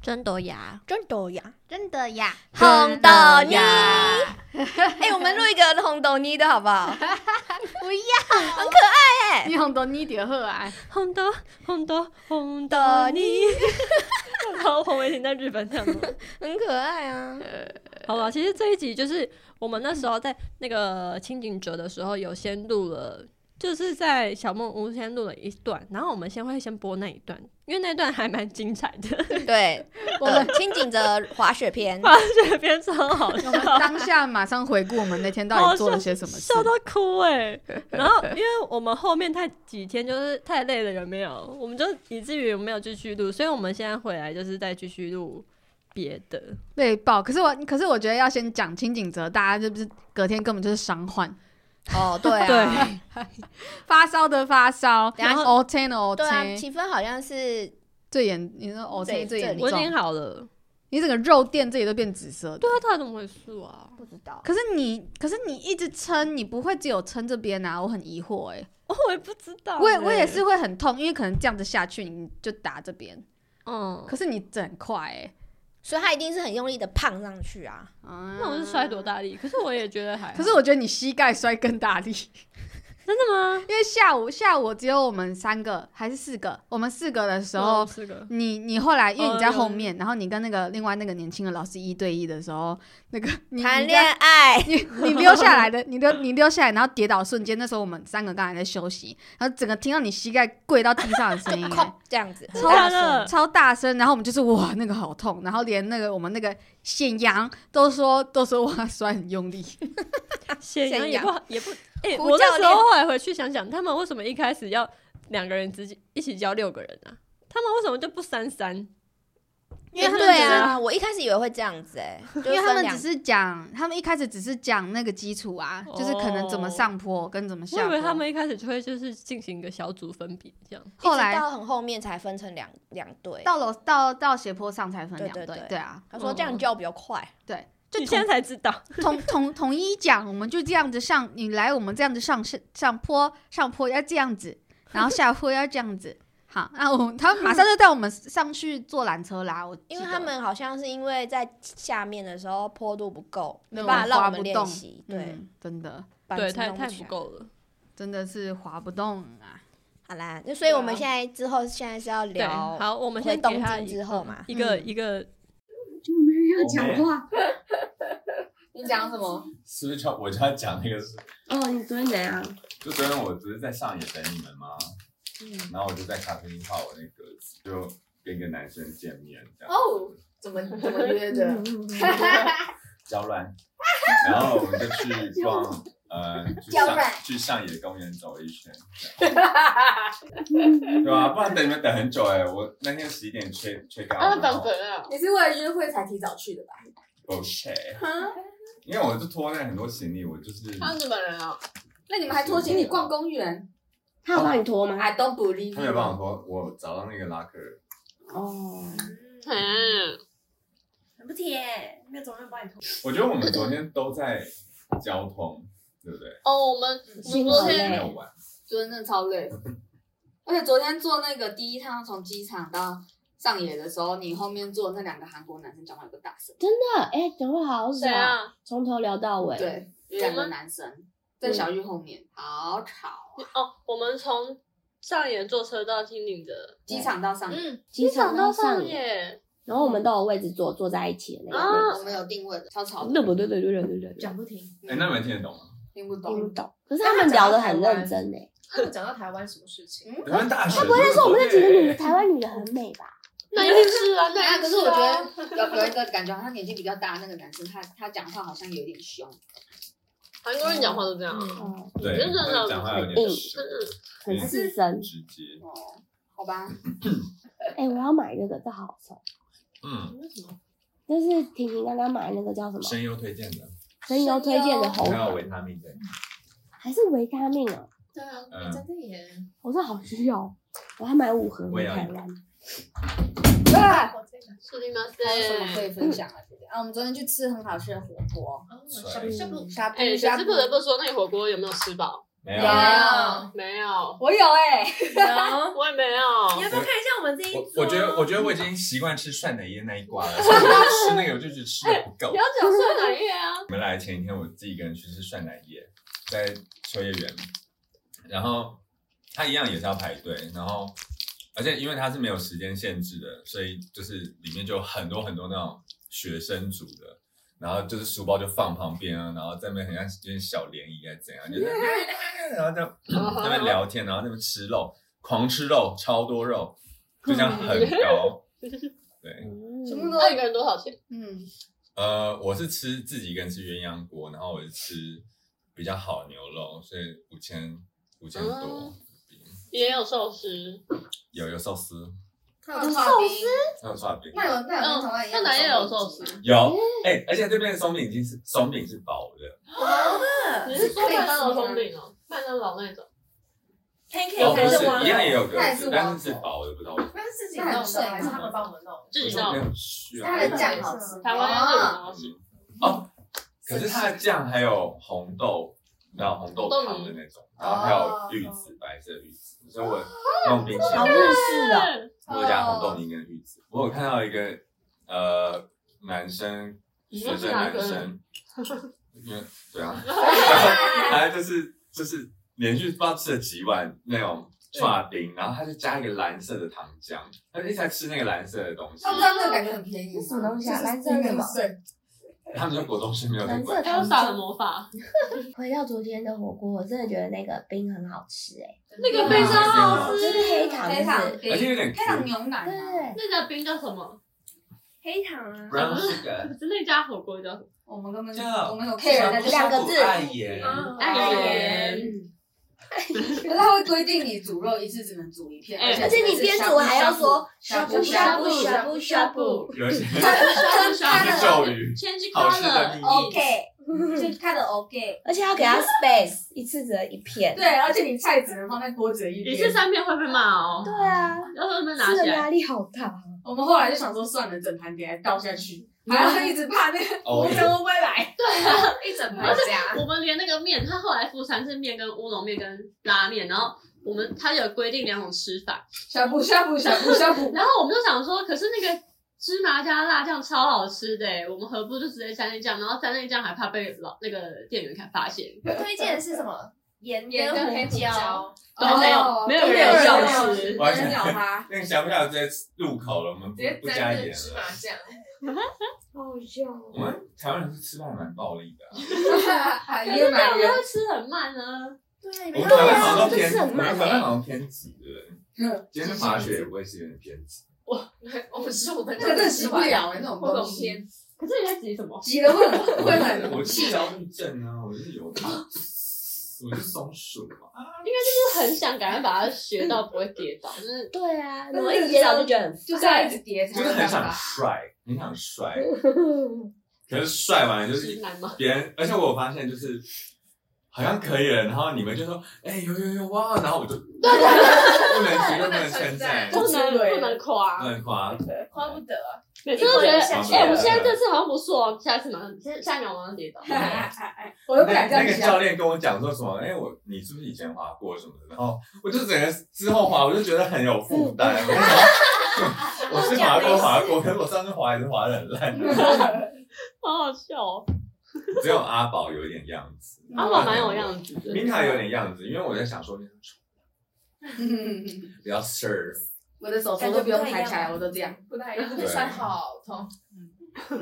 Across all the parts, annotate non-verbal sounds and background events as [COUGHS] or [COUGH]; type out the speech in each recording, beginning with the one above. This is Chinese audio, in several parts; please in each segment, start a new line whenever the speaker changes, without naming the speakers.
真的呀，
真的呀！
真的呀，
红豆
[LAUGHS]
泥，
哎、我们录一个红豆泥的好不好？
不要，
你红豆泥就好
[LAUGHS]
啊，
红豆红豆红豆泥。 [LAUGHS] 好，彭伟霆在日本唱的，
[LAUGHS] 很可爱啊！
好了。其实这一集就是我们那时候在那个清景者的时候，有先录了，就是在小木屋先录了一段，然后我们先会先播那一段，因为那段还蛮精彩的， [LAUGHS]
对， [LAUGHS] 我们清景泽滑雪 [LAUGHS] 篇，
哇，这边超好
我
笑
们。当下马上回顾我们那天到
好
底做了些什么事
笑。到哭哎、然后因为我们后面太几天就是太累了，有没有？我们就以至于没有继续录，所以我们现在回来就是再继续录别的。
累爆！可是我，可是我觉得要先讲清景泽，大家是不是隔天根本就是伤患，
哦，对啊，
对，
发烧的发烧，哦
然后
O T 的 O
对啊，
T，
七分好像是
最严，你说 O T
最
最严
我已经
重，
好了。
你整个肉垫这里都变紫色的
对。啊，他怎么回事啊？
不知道，
可是你，可是你一直撑，你不会只有撑这边啊？我很疑惑哎、
[LAUGHS] 我也不知道欸、
我也我也是会很痛，因为可能这样子下去你就打这边，
嗯，
可是你整块哎、
所以他一定是很用力的胖上去啊！
那我是摔多大力？可是我也觉得还好，
可是我觉得你膝盖摔更大力，
真的吗？
因为下午下午只有我们三个还是四个，我们四个的时候，
嗯
哦
四个，
你你后来因为你在
哦
后
有
面，然后你跟那个另外那个年轻的老师一对一的时候，那个 [LAUGHS] 你
谈恋爱，
你在你你溜下来的，你溜你溜下来，然后跌倒瞬间，那时候我们三个刚才在休息，然后整个听到你膝盖跪到地上的声音欸，
哐 [LAUGHS] 这样子，很
超
大
大
声，
的，
超大声，然后我们就是哇，那个好痛，然后连那个我们那个显阳都说都说哇摔很用力，
啊显然也不好 [LAUGHS] 也不，哎、
胡
我那
教
时
练
候后来回去想想，他们为什么一开始要两个人直接一起教六个人啊？他们为什么就不三三？
因为
他们
对
只是
啊，我一开始以为会这样子哎，因
因为他们只是讲，他们一开始只是讲那个基础啊，就是可能怎么
哦
上坡跟怎么下
我以
坡，
为他们一开始就会就是进行一个小组分别这样。
后来
到很后面才分成两两队。
到楼到到斜坡上才分
对
两
对
队
对，
对啊，
他说这样教比较快，
对，就
你现在才知道，
统统统一讲，我们就这样子上，你来我们这样子上上上坡，上坡要这样子，然后下坡要这样子。好，那我他马上就带我们上去坐缆车啦。我记
因为
得
他们好像是因为在下面的时候坡度不够，没
那
办法
种
让
滑
我们
不
练
动
习，对，
嗯真的
板
对，
子
太
弄
太
起
不
来。
够了。
真的是滑不动啊。
好啦，那所以我们现在之后现在是要
对，
聊
好，我们
回
先给
东
他
京
一
之后嘛，
一个、
嗯
一个
就没人
要讲
话。
[LAUGHS] 你讲什么？
是不是叫我就要讲那个事？
哦，你昨天怎样？
就昨天我不是在上野等你们吗？
嗯
然后我就在咖啡厅画我那个，就跟一个男生见面，这样
哦，怎么怎么约的？
[LAUGHS] 娇乱，然后我们就去逛，呃，去
娇
上
软
去上野公园走一圈，对啊，不然等你们等很久哎、我那天十一点缺缺到，
啊
然后
了。
你是为了约会才提早去的吧？
bullshit，因为我就拖那很多行李，我就是
日本人啊？
那你
们还拖行李逛
公园
他有帮你拖吗？
？I don't believe。
他没有帮我。拖，我找到那个拉克，
哦，
嗯，
很不贴，没有怎么帮你拖。
我觉得我们昨天都在交通，对不对？
哦，我们我们昨
没
天
有玩。
昨天真的超累，而且昨天坐那个第一趟从机场到上野的时候，你后面坐那两个韩国男生讲话有个大声，
哎、讲话好
谁
少，
啊？
从头聊到尾。，
对，有两个男生在小玉后面，好吵。
哦，我们从上野坐车到青岭的，
机场到上野，
嗯，
机场到上野，
野。
然后我们都有位置坐，坐在一起的那个
啊
位
我们有定位的，超吵的，
置。对不对？对对对对对对，
讲不停。
哎、那你们听得懂吗？
听不
听不
懂。
懂。可是他们聊得很认真诶。
他们讲到台湾什么事情？
你们大学
他不会再说我们那几个女的，台湾女的很美吧？
那一定是啊，
对
那
啊，
一
可
定
是我觉
啊
得
[LAUGHS]
有有一个感觉，好像年纪比较大的那个男生，他他讲话好像有点凶，嗯
韩国人讲话都这样啊，嗯
哦，
对，
真的
他讲话有点凶
很细声。
直接。
哦，好吧，
哎、我要买那个，这好丑。
嗯，
就是婷婷刚刚买那个叫什么？
声优推荐的，
神游推荐的喉
还有
糖，
维他命对，
还是维他命啊？
对啊，
嗯
真的耶！
我说好需要，我要买五盒
我
回
也要
台湾。
对。
我这个
是的吗？
还有什么可
对。
以分享啊？姐姐啊，我们昨天去吃很好吃的火锅，
哦，小小鹿
嗯
呷哺
哎，小
呷
吃
哺
不得不说，那个火锅有没有吃饱？
没
有
有，啊
哎
有
没有，
我有哎、 [LAUGHS]
有，
我也没
你
有。
要不要看一下我们这一
我
组？
我觉得我觉得
嗯
我已经习惯吃蒜奶叶那一挂了，所以我要吃那个我就觉得吃的不够
[LAUGHS] 你。要讲酸奶液啊？
我们来前一天，我自己一个人去吃涮奶叶，在秋叶原，然后它一样也是要排队，然后而且因为它是没有时间限制的，所以就是里面就有很多很多那种学生族的，然后就是书包就放旁边啊，然后在那边很像有点小联谊还是怎样，就是然后在
[LAUGHS]
在那边聊天，然后在那边吃肉，狂吃肉，超多肉，就这样很高， [LAUGHS] 对。
嗯
什么都一个人多少钱？
嗯，
呃，我是吃自己一个人吃鸳鸯锅，然后我是吃比较好的牛肉，所以五千五千多
哦，也有寿司，
有有寿司，
看有画饼，
还有刷饼，
那有那有
嗯，酸奶液有寿司。
有哎、而且这边的松饼已经是松饼是薄的，
你是说麦当劳松饼哦？麦当劳那种。
哦
，pancake
不
还
是
网
一样也
友？
有格
那也是
子，
网
但是是薄的，不知道为什么。
那是自己弄的还是他们帮我们弄？
自己
我
弄
没有去啊
它的酱好吃，
台湾要自己弄
嗯
哦，可是它的酱还有红豆，然后红豆汤的那种，然
哦
后还有玉子，白色玉子，所以我弄冰淇淋。
啊好日式哦，
嗯
我加红豆泥跟玉子。我有看到一个呃男生，
你
学
说
生
是哪
男
个
生，因为 [LAUGHS] 对啊，然后他就是就是连续不知道吃了几碗那种串冰，然后他就加一个蓝色的糖浆，他就一直在吃那个蓝色的东西
哦
他。们家那个感觉很便宜，
什么东西啊蓝色
的
的吗
对，
他们说国中生没有在
蓝
管
色，
他
汤
又撒了
汁。
魔法，
嗯回到昨天的火锅，我真的觉得那个冰很好吃哎，
那个非常好
就
吃。
是黑糖
黑糖
是
冰，
而且有点
黑糖牛奶啊吗，
对，
那家冰叫什么？
黑糖啊，
brown sugar，
不是那家火锅叫什么？
我们根本就
叫
我们有 care 在这
两个字
爱盐，
啊
哎爱
盐。可是他会规定你煮肉一次只能煮一片，
哎
而
而且你边煮还要说
呷
呷
哺
哺
呷
呷
哺
哺
呷
呷
哺
哺
呷
呷
哺
哺，
有
[LAUGHS]
一些
跟
咒语，
千之
好
快
吃
哦
的
乐
秘密。
OK，就是嗯他的 OK。
而且要给它 space 一次只能一片。
对，而且你菜只能放在锅子的一
一
边。
次三片会被骂哦，
对啊，
要不然被拿
吃的
起来。
压力好大。
我们后来就想说，算了，整盘给它倒下
[LAUGHS]
去，
啊
然后一直怕那个
哦
[LAUGHS] 服务生会不会来，对，一整盘加。
我们连那个面，他后来副餐是面跟乌龙面跟拉面，然后我们他有规定两种吃法，
呷哺呷哺呷哺呷哺，
然后我们就想说，可是那个芝麻加辣酱超好吃的欸，我们何不就直接蘸那酱，然后蘸那酱还怕被老那个店员看发现，
推荐的是什么？盐
盐跟黑
胡
胡椒，
都没有没有人要吃，
哦没有人要 [LAUGHS] 它，
那个想不想直接入口了？我们
直
不
接
不加
沾
盐
着芝麻
了。
酱。
好笑哦。
我们台湾人是吃饭蛮暴力的啊、
可
也
是
蛮
那
人
我会吃很慢啊呢。
[LAUGHS]
对，
我
没
们
有
台湾好像都
对啊就
偏，
是
我
很
们台
慢
湾好像偏激的人。今天滑雪也不会是有点偏
[LAUGHS]
激，
我们吃五分
那个真的洗不了哎，那种东西，
可是你在急什么？
急了会很
我
会很
我是
气。
焦虑症啊，我是有，我是松鼠嘛。
[LAUGHS]
就是很想赶快把它学到不会跌倒，就是
对啊，然后一跌倒就觉得很
就是要一直叠，
就是很想帅，很
[LAUGHS]
想帅，可是帅完了就是
直男嘛。
别人，而且我有发现就是好像可以了，然后你们就说，哎、有有有哇，然后我就不能提，不能称赞，
不能
对
不能
不
夸，
能夸，
夸不得啊。
每次都觉得，
下去
哎、我现在这次好像不错哦，下次马上，下下一秒马上跌倒。
我又不敢这
那
样
个教
想。
练跟我讲说什么？哎、我你是不是以前滑过什么的？然后我就整个之后滑，我就觉得很有负担。我就想说我是滑过滑过，可是我上次滑也是滑的很烂的。
好好笑哦，
只有阿宝有一点样子，
阿宝蛮有样子的。
明塔有点样子，因为我在想说，比较 serve，
我的手头都不用抬起来，我都 [LAUGHS] 这样。
不太一样，
对
摔好痛。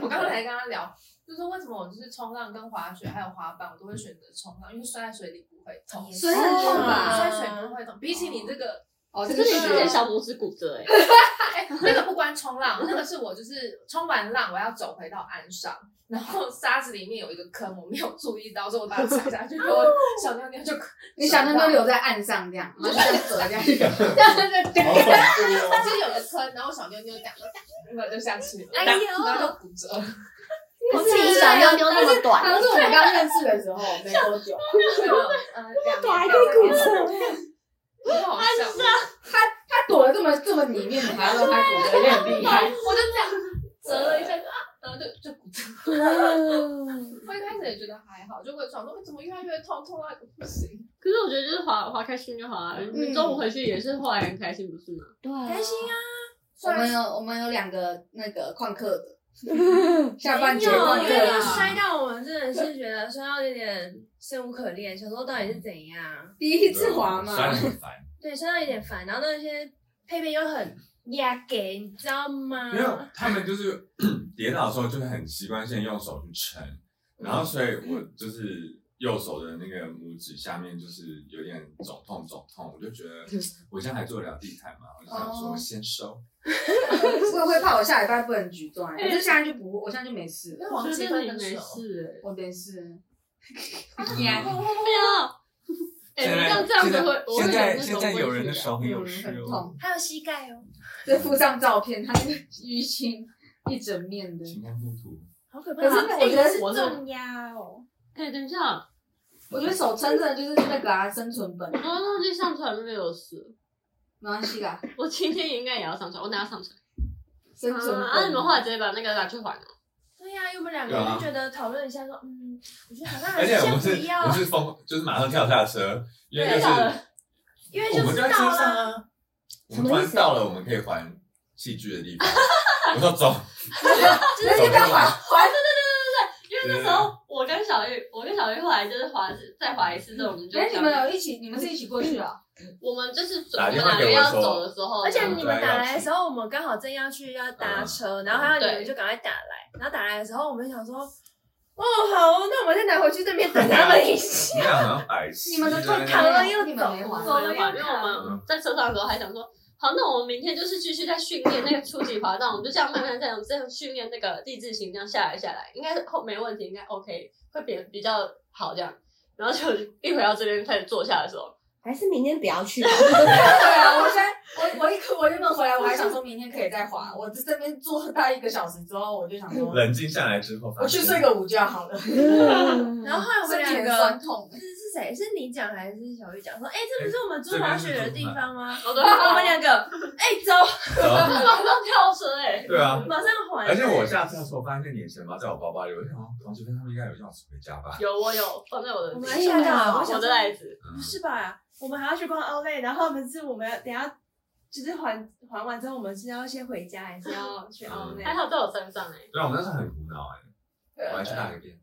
我刚才跟他聊，就说为什么我就是冲浪跟滑雪还有滑板，我都会选择冲浪，因为摔在水里不会痛，
所以很痛吧
摔水不会痛。比起你这个，
啊哦
可是你之前小拇指骨折哎、
哎，那个不关冲浪，那个是我就是冲完浪，我要走回到岸上，然后沙子里面有一个坑，我没有注意到，所以我把它踩下去，我小妞妞就
你小妞妞留在岸上这样，然后就这样走下去。
[LAUGHS]
好恐怖哦
但是有个坑，然后小妞妞讲了，我就下去了，
哎呦
然后就骨折。 [LAUGHS]
我自己小妞妞那么短，
当时我们刚认识的时候没多久，
嗯，两年
还可以骨折，
很好笑。
他躲得这么这么里面，你还要让他躲 [LAUGHS] 得也很厉害。
我就这样折了一下，就啊，然后就就骨折。我一开始也觉得还好，就会想说哎怎么越来越痛，痛到一个不行。
可是我觉得就是滑滑开心就好啊，你中午回去也是滑也很开心，不是吗？
对啊，
开心啊！
我
虽然
们有我们有两个那个旷课 [LAUGHS] 的，下半节旷
因为
课
你
啊。
摔到我们真的是觉得摔到有点生无可恋，想说到底是怎样？啊
第一次 [LAUGHS] 滑嘛，
酸很烦。
对，摔到有点烦，然后那些配备又很压给，你知道
嗯
吗？
没有，他们就是 [COUGHS] 跌倒的时候就是很习惯性用手去撑，
嗯
然后所以我就是右手的那个拇指下面就是有点肿痛肿痛，我就觉得我现在还做得了地毯嘛，我就
哦
想说先收。
我也会怕我下礼拜不能举重，啊我就现在就不，我现在就没事了，
那
我
王
觉
七
得你
分
没
的手，
事
我没事。
哎、欸，你像这样子会，我会
嗯现在
有那种
现在有人的
畏惧
手很有
嗯
事
很
哦
痛，
还有膝盖哦，
[LAUGHS] 这附上照片，他是淤青一整面的。
请看附图。
好可怕
可是
啊！
我觉得是
我
重，
重压哦，
哎、等一下，
我觉得手撑着就是那个啊，生存本
我，刚刚忘记上传 reels，了
没关系啦，
我今天应该也要上传，我等一下上传。
生存
啊，啊
本。
你们后来直接把那个拿去还啊了。
对呀、又我们两
对啊
个就觉得讨论一下说，嗯，我觉得好像
啊
而
还
且
是
我
先
们
不
是
要
我，是疯，就是马上跳下车，因为就是
啊
因为
我
就
们就
知道
在车上
了。
啊，我们突然到了我们可以还器具的地方，我说
[LAUGHS]
走，直接还。
因为那时候我跟小玉，我跟小玉后来就是滑再滑一次之后，我们就
哎，你
想
们有一起，你们是一起过去啊？
我们就是准
打
我
电
们
话
两
给
个
我
要
说
走的时候，
而且
嗯
你们打来的时候，我们刚好正要去要搭车，然
嗯
后还有你们就赶快打来，然后打来的时候，我们想说，哦好，那我们再拿回去这边等他们一下。
[LAUGHS] 你俩好像白痴，
你们都
对不对
躺了又
你们没
走，
玩
走
没
了
有滑，因
又
为我
躺。
们在车上的时候还想说，好，那我们明天就是继续在训练那个初级滑道，我们就这样慢慢这样这样训练那个地质型，这样下来下来，应该后没问题，应该 OK，会比比较好这样。然后就一回到这边开始坐下的时 [LAUGHS] 候，
还是明天不要
[LAUGHS]
去
[LAUGHS]
吧。
对啊，我现在我我一我原本回来我还想说明天可以再滑，我在这边坐大概一个小时之后，我就想说
冷静下来之后，
我去 [LAUGHS] 睡。个午觉好了，
然后后来我
身
们
体
两
很
个
酸痛
是。是谁？是你讲还是小玉讲？说，哎，这不是我们租滑雪的地方
[LAUGHS]
吗？
我都
我
我
们
们俩
两个，哎，走，
然后
马上跳车哎、
对啊，
马上还。
而且我下车的时候发现你的钱包在我包包里，我就想，哦同学跟他们应该有钥匙回家吧？
有我有放在我的地
我们
方，
还吓到，我
我
想
的
说
袋子，
嗯
不是吧？我们还要去逛奥莱，然后我们是我们要等一下就是还还完之后，我们是要先回家，还是要去奥
嗯
嗯
还
莱？
好在我身上哎、
对啊，我们那时候很苦恼哎，我还去
啊
打个电，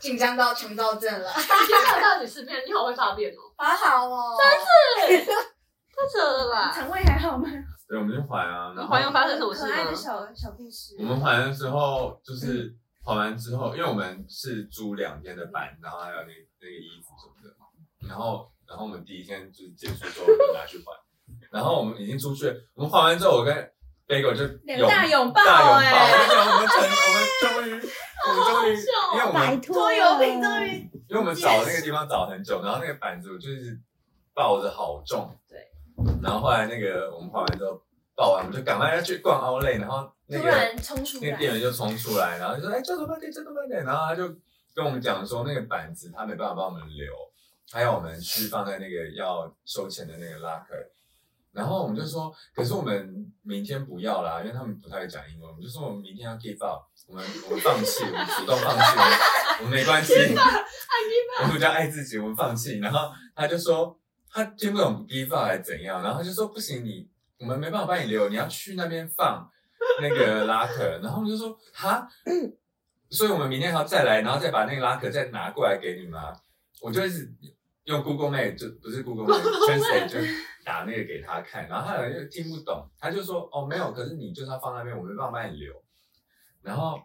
紧张到强到症
[LAUGHS]
了，
你今天到底是变？你好会大便哦、
好好哦，
太扯了吧！
肠胃还好吗？
对，我们就还啊，然后
环游发生什么事
可爱的
吗？
小小故事。
我们还的时候就是还完之后，因为我们是租两天的班，然后还有那那个衣服什么的，然后然后我们第一天就是结束之后我们就拿去还，然后我们已经出去，我们还完之后，我跟 Bagel 就
两大
拥
拥抱
大拥抱，
哎，
我就觉得我们成我们终于我们终于，因为我
拜
们
托，
哦
拖油瓶终于
因为我们找那个地方找很久，然后那个板子我就是抱着好重，
对，
然后后来那个我们还完之后抱完，我们就赶快要去逛 Olay，然后那
突
个。
然冲出
那个
来，
店员就冲出来，然后就说：“哎、这怎么办？这怎么办？”然后他就跟我们讲说，那个板子他没办法帮我们留，还有我们去放在那个要收钱的那个 locker。然后我们就说，可是我们明天不要啦，因为他们不太会讲英文，我们就说我们明天要 give up，我们我们放弃，我们主动放弃，我们我们没关系，
啊
[LAUGHS] 我们比较爱自己，我们放弃。然后他就说他听不懂 give up 还是怎样，然后他就说不行，你我们没办法帮你留，你要去那边放 [LAUGHS] 那个拉克。然后我就说哈，所以我们明天还要再来，然后再把那个拉克再拿过来给你吗？我就一直用 Google Map 就不是 Google Map，Translate 就打那个给他看，然后他好像又听不懂，他就说哦没有，可是你就是要放那边，我没办法帮你留。然后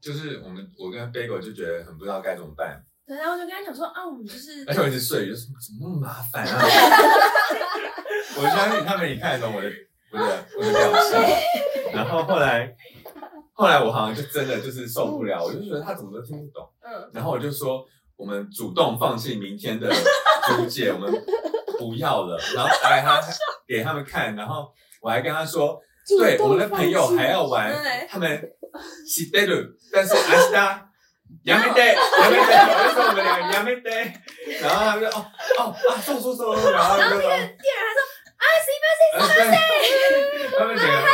就是我们我跟 Bagel 就觉得很不知道该怎么办，
对然后我就跟他讲说，啊，我们就是 [LAUGHS]
而且我一直睡，就说怎么那么麻烦啊！ [LAUGHS] 我相信他们也看得懂我的我的我的表情。然后后来后来我好像就真的就是受不了，我就觉得他怎么都听不懂。
哦嗯，
然后我就说我们主动放弃明天
[LAUGHS]
的租借，我们不要了。然后打给他给他们看，然后我还跟他说，对我们的朋友还要玩
对，
他们西德鲁，但是阿西
[LAUGHS]
达。やめて、やめて、我就说我们两个やめて，然后他们就哦哦啊，そうそうそう，然后就说
店员还说
[LAUGHS] 他们两个，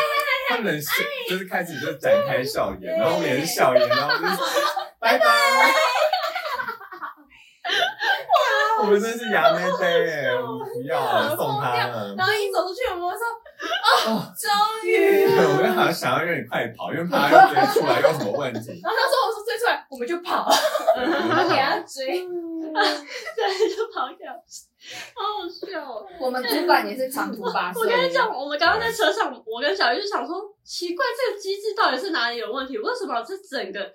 他们很是就是开始就展开笑颜，然后我们也是笑颜，然后就是拜拜。我们真是牙妹呆哎，我不要啊送他了。
然后一走出去，我们说哦，终于。
我就好想要让你快跑，因为怕又追出来有什么问
[LAUGHS]
题。
然后他说我说追出来，我们就跑，
嗯
[LAUGHS] 我们给他追，
对，就跑掉，好好笑哦。
我们主管也是长途跋涉。
我跟你讲，我们刚刚在车上，我跟小鱼就想说，奇怪，这个机制到底是哪里有问题？为什么这整个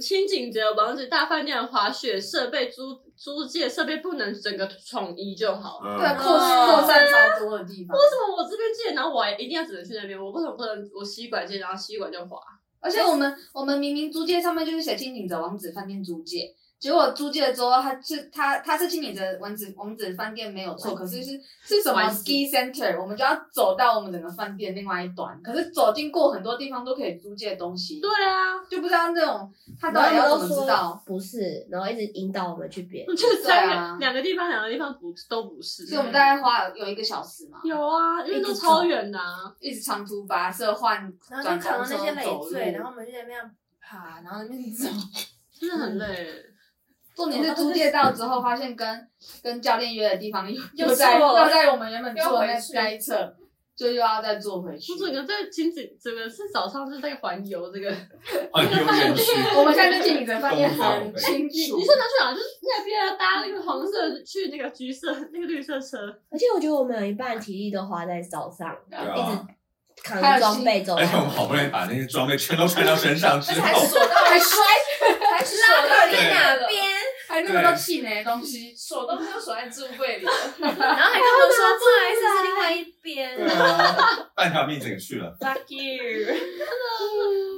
新景泽王子大饭店的滑雪设备租租借设备不能整个统一就好？
嗯
对，扩扩散超多的地方
为。什么我这边借，然后我还一定要只能去那边？我为什么不能我吸管借，然后吸管就滑？
而且我们我们明明租借上面就是写清景泽王子饭店租借，结果租借了之后，他是他他是清景泽王子王子饭店没有错，可是是是什么
丸子
ski center，我们就要走到我们整个饭店另外一端，可是走经过很多地方都可以租借东西，
对啊，
就不知道那种他
然
到
后他
底
们
要
都
怎么知道
说。不是，然后一直引导我们去别的。
[LAUGHS] 就是三个、
对啊
两个地方，两个地方不都不是。
所以我们大概花了有一个小时嘛，
有啊，因为都超远的、啊。
一直长途跋涉换
然后
转
就扛
公
了
车
那些累
走路
赘，然后我们就在那样爬，然后那边走。
真的很累，
重点是租借到之后，发现跟跟教练约的地方又
又
又在
错了
又在我们原本坐的
又
那
回去
那一侧，就又要再坐回去
我。整个在仅仅整个是早上是在环游这个，你
换游园区，
我们现在对景的饭店很清楚
你，是拿去哪？就是那边要搭那个黄色去那个橘色那个绿色车，
而且我觉得我们有一半体力都花在早上，
对啊。
扛
还有
装备走
而且我们好不容易把那些装备全都穿到身上之
还
后，
锁到
还摔，还
拉到
摔，
你哪边？
还那么多气馁的东西。
锁都没有锁在置物柜里了，
然后还跟我说
[LAUGHS]
不好意思，是另外一
对
边。
啊，半条命整个去了。
Fuck
[LAUGHS]
you！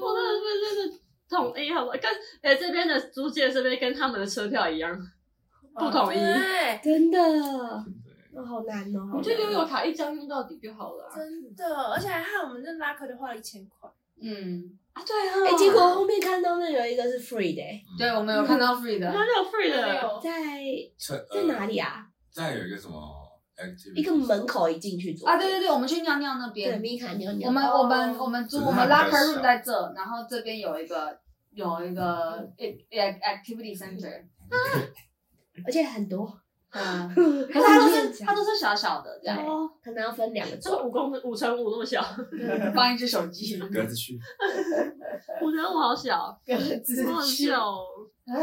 我真的是真的统一好不好？跟哎、这边的租借这边跟他们的车票一样，不统一。
对，
真的，那好难哦。
我觉得悠游卡一张用到底就好了啊、
哦
[LAUGHS]
真的，而且还害我们这拉客就花了一千块。
嗯，
啊对啊，
哎，结果后面看到那有一个是 free 的欸，
嗯
对，我们有看到 free 的
它，是有 free 的，
在
车
在哪？里啊？
呃再有一个什么 activity？
一个门口一进去左
啊，对对对，我们去尿尿那
对，
边，
米卡妞妞，
我们我们我们租我们
只是它
locker
比较小
room 在这，然后这边有一个有一个 act- act- activity center，
而且很多，
[LAUGHS] 嗯，
可
可是它都是它都是小小的这样，
可能要分两个
这个
座。
五公分五乘五那么小，
放一只手机，
格子区。
五乘五好小，
各自
好好
去。
笑哦。
哎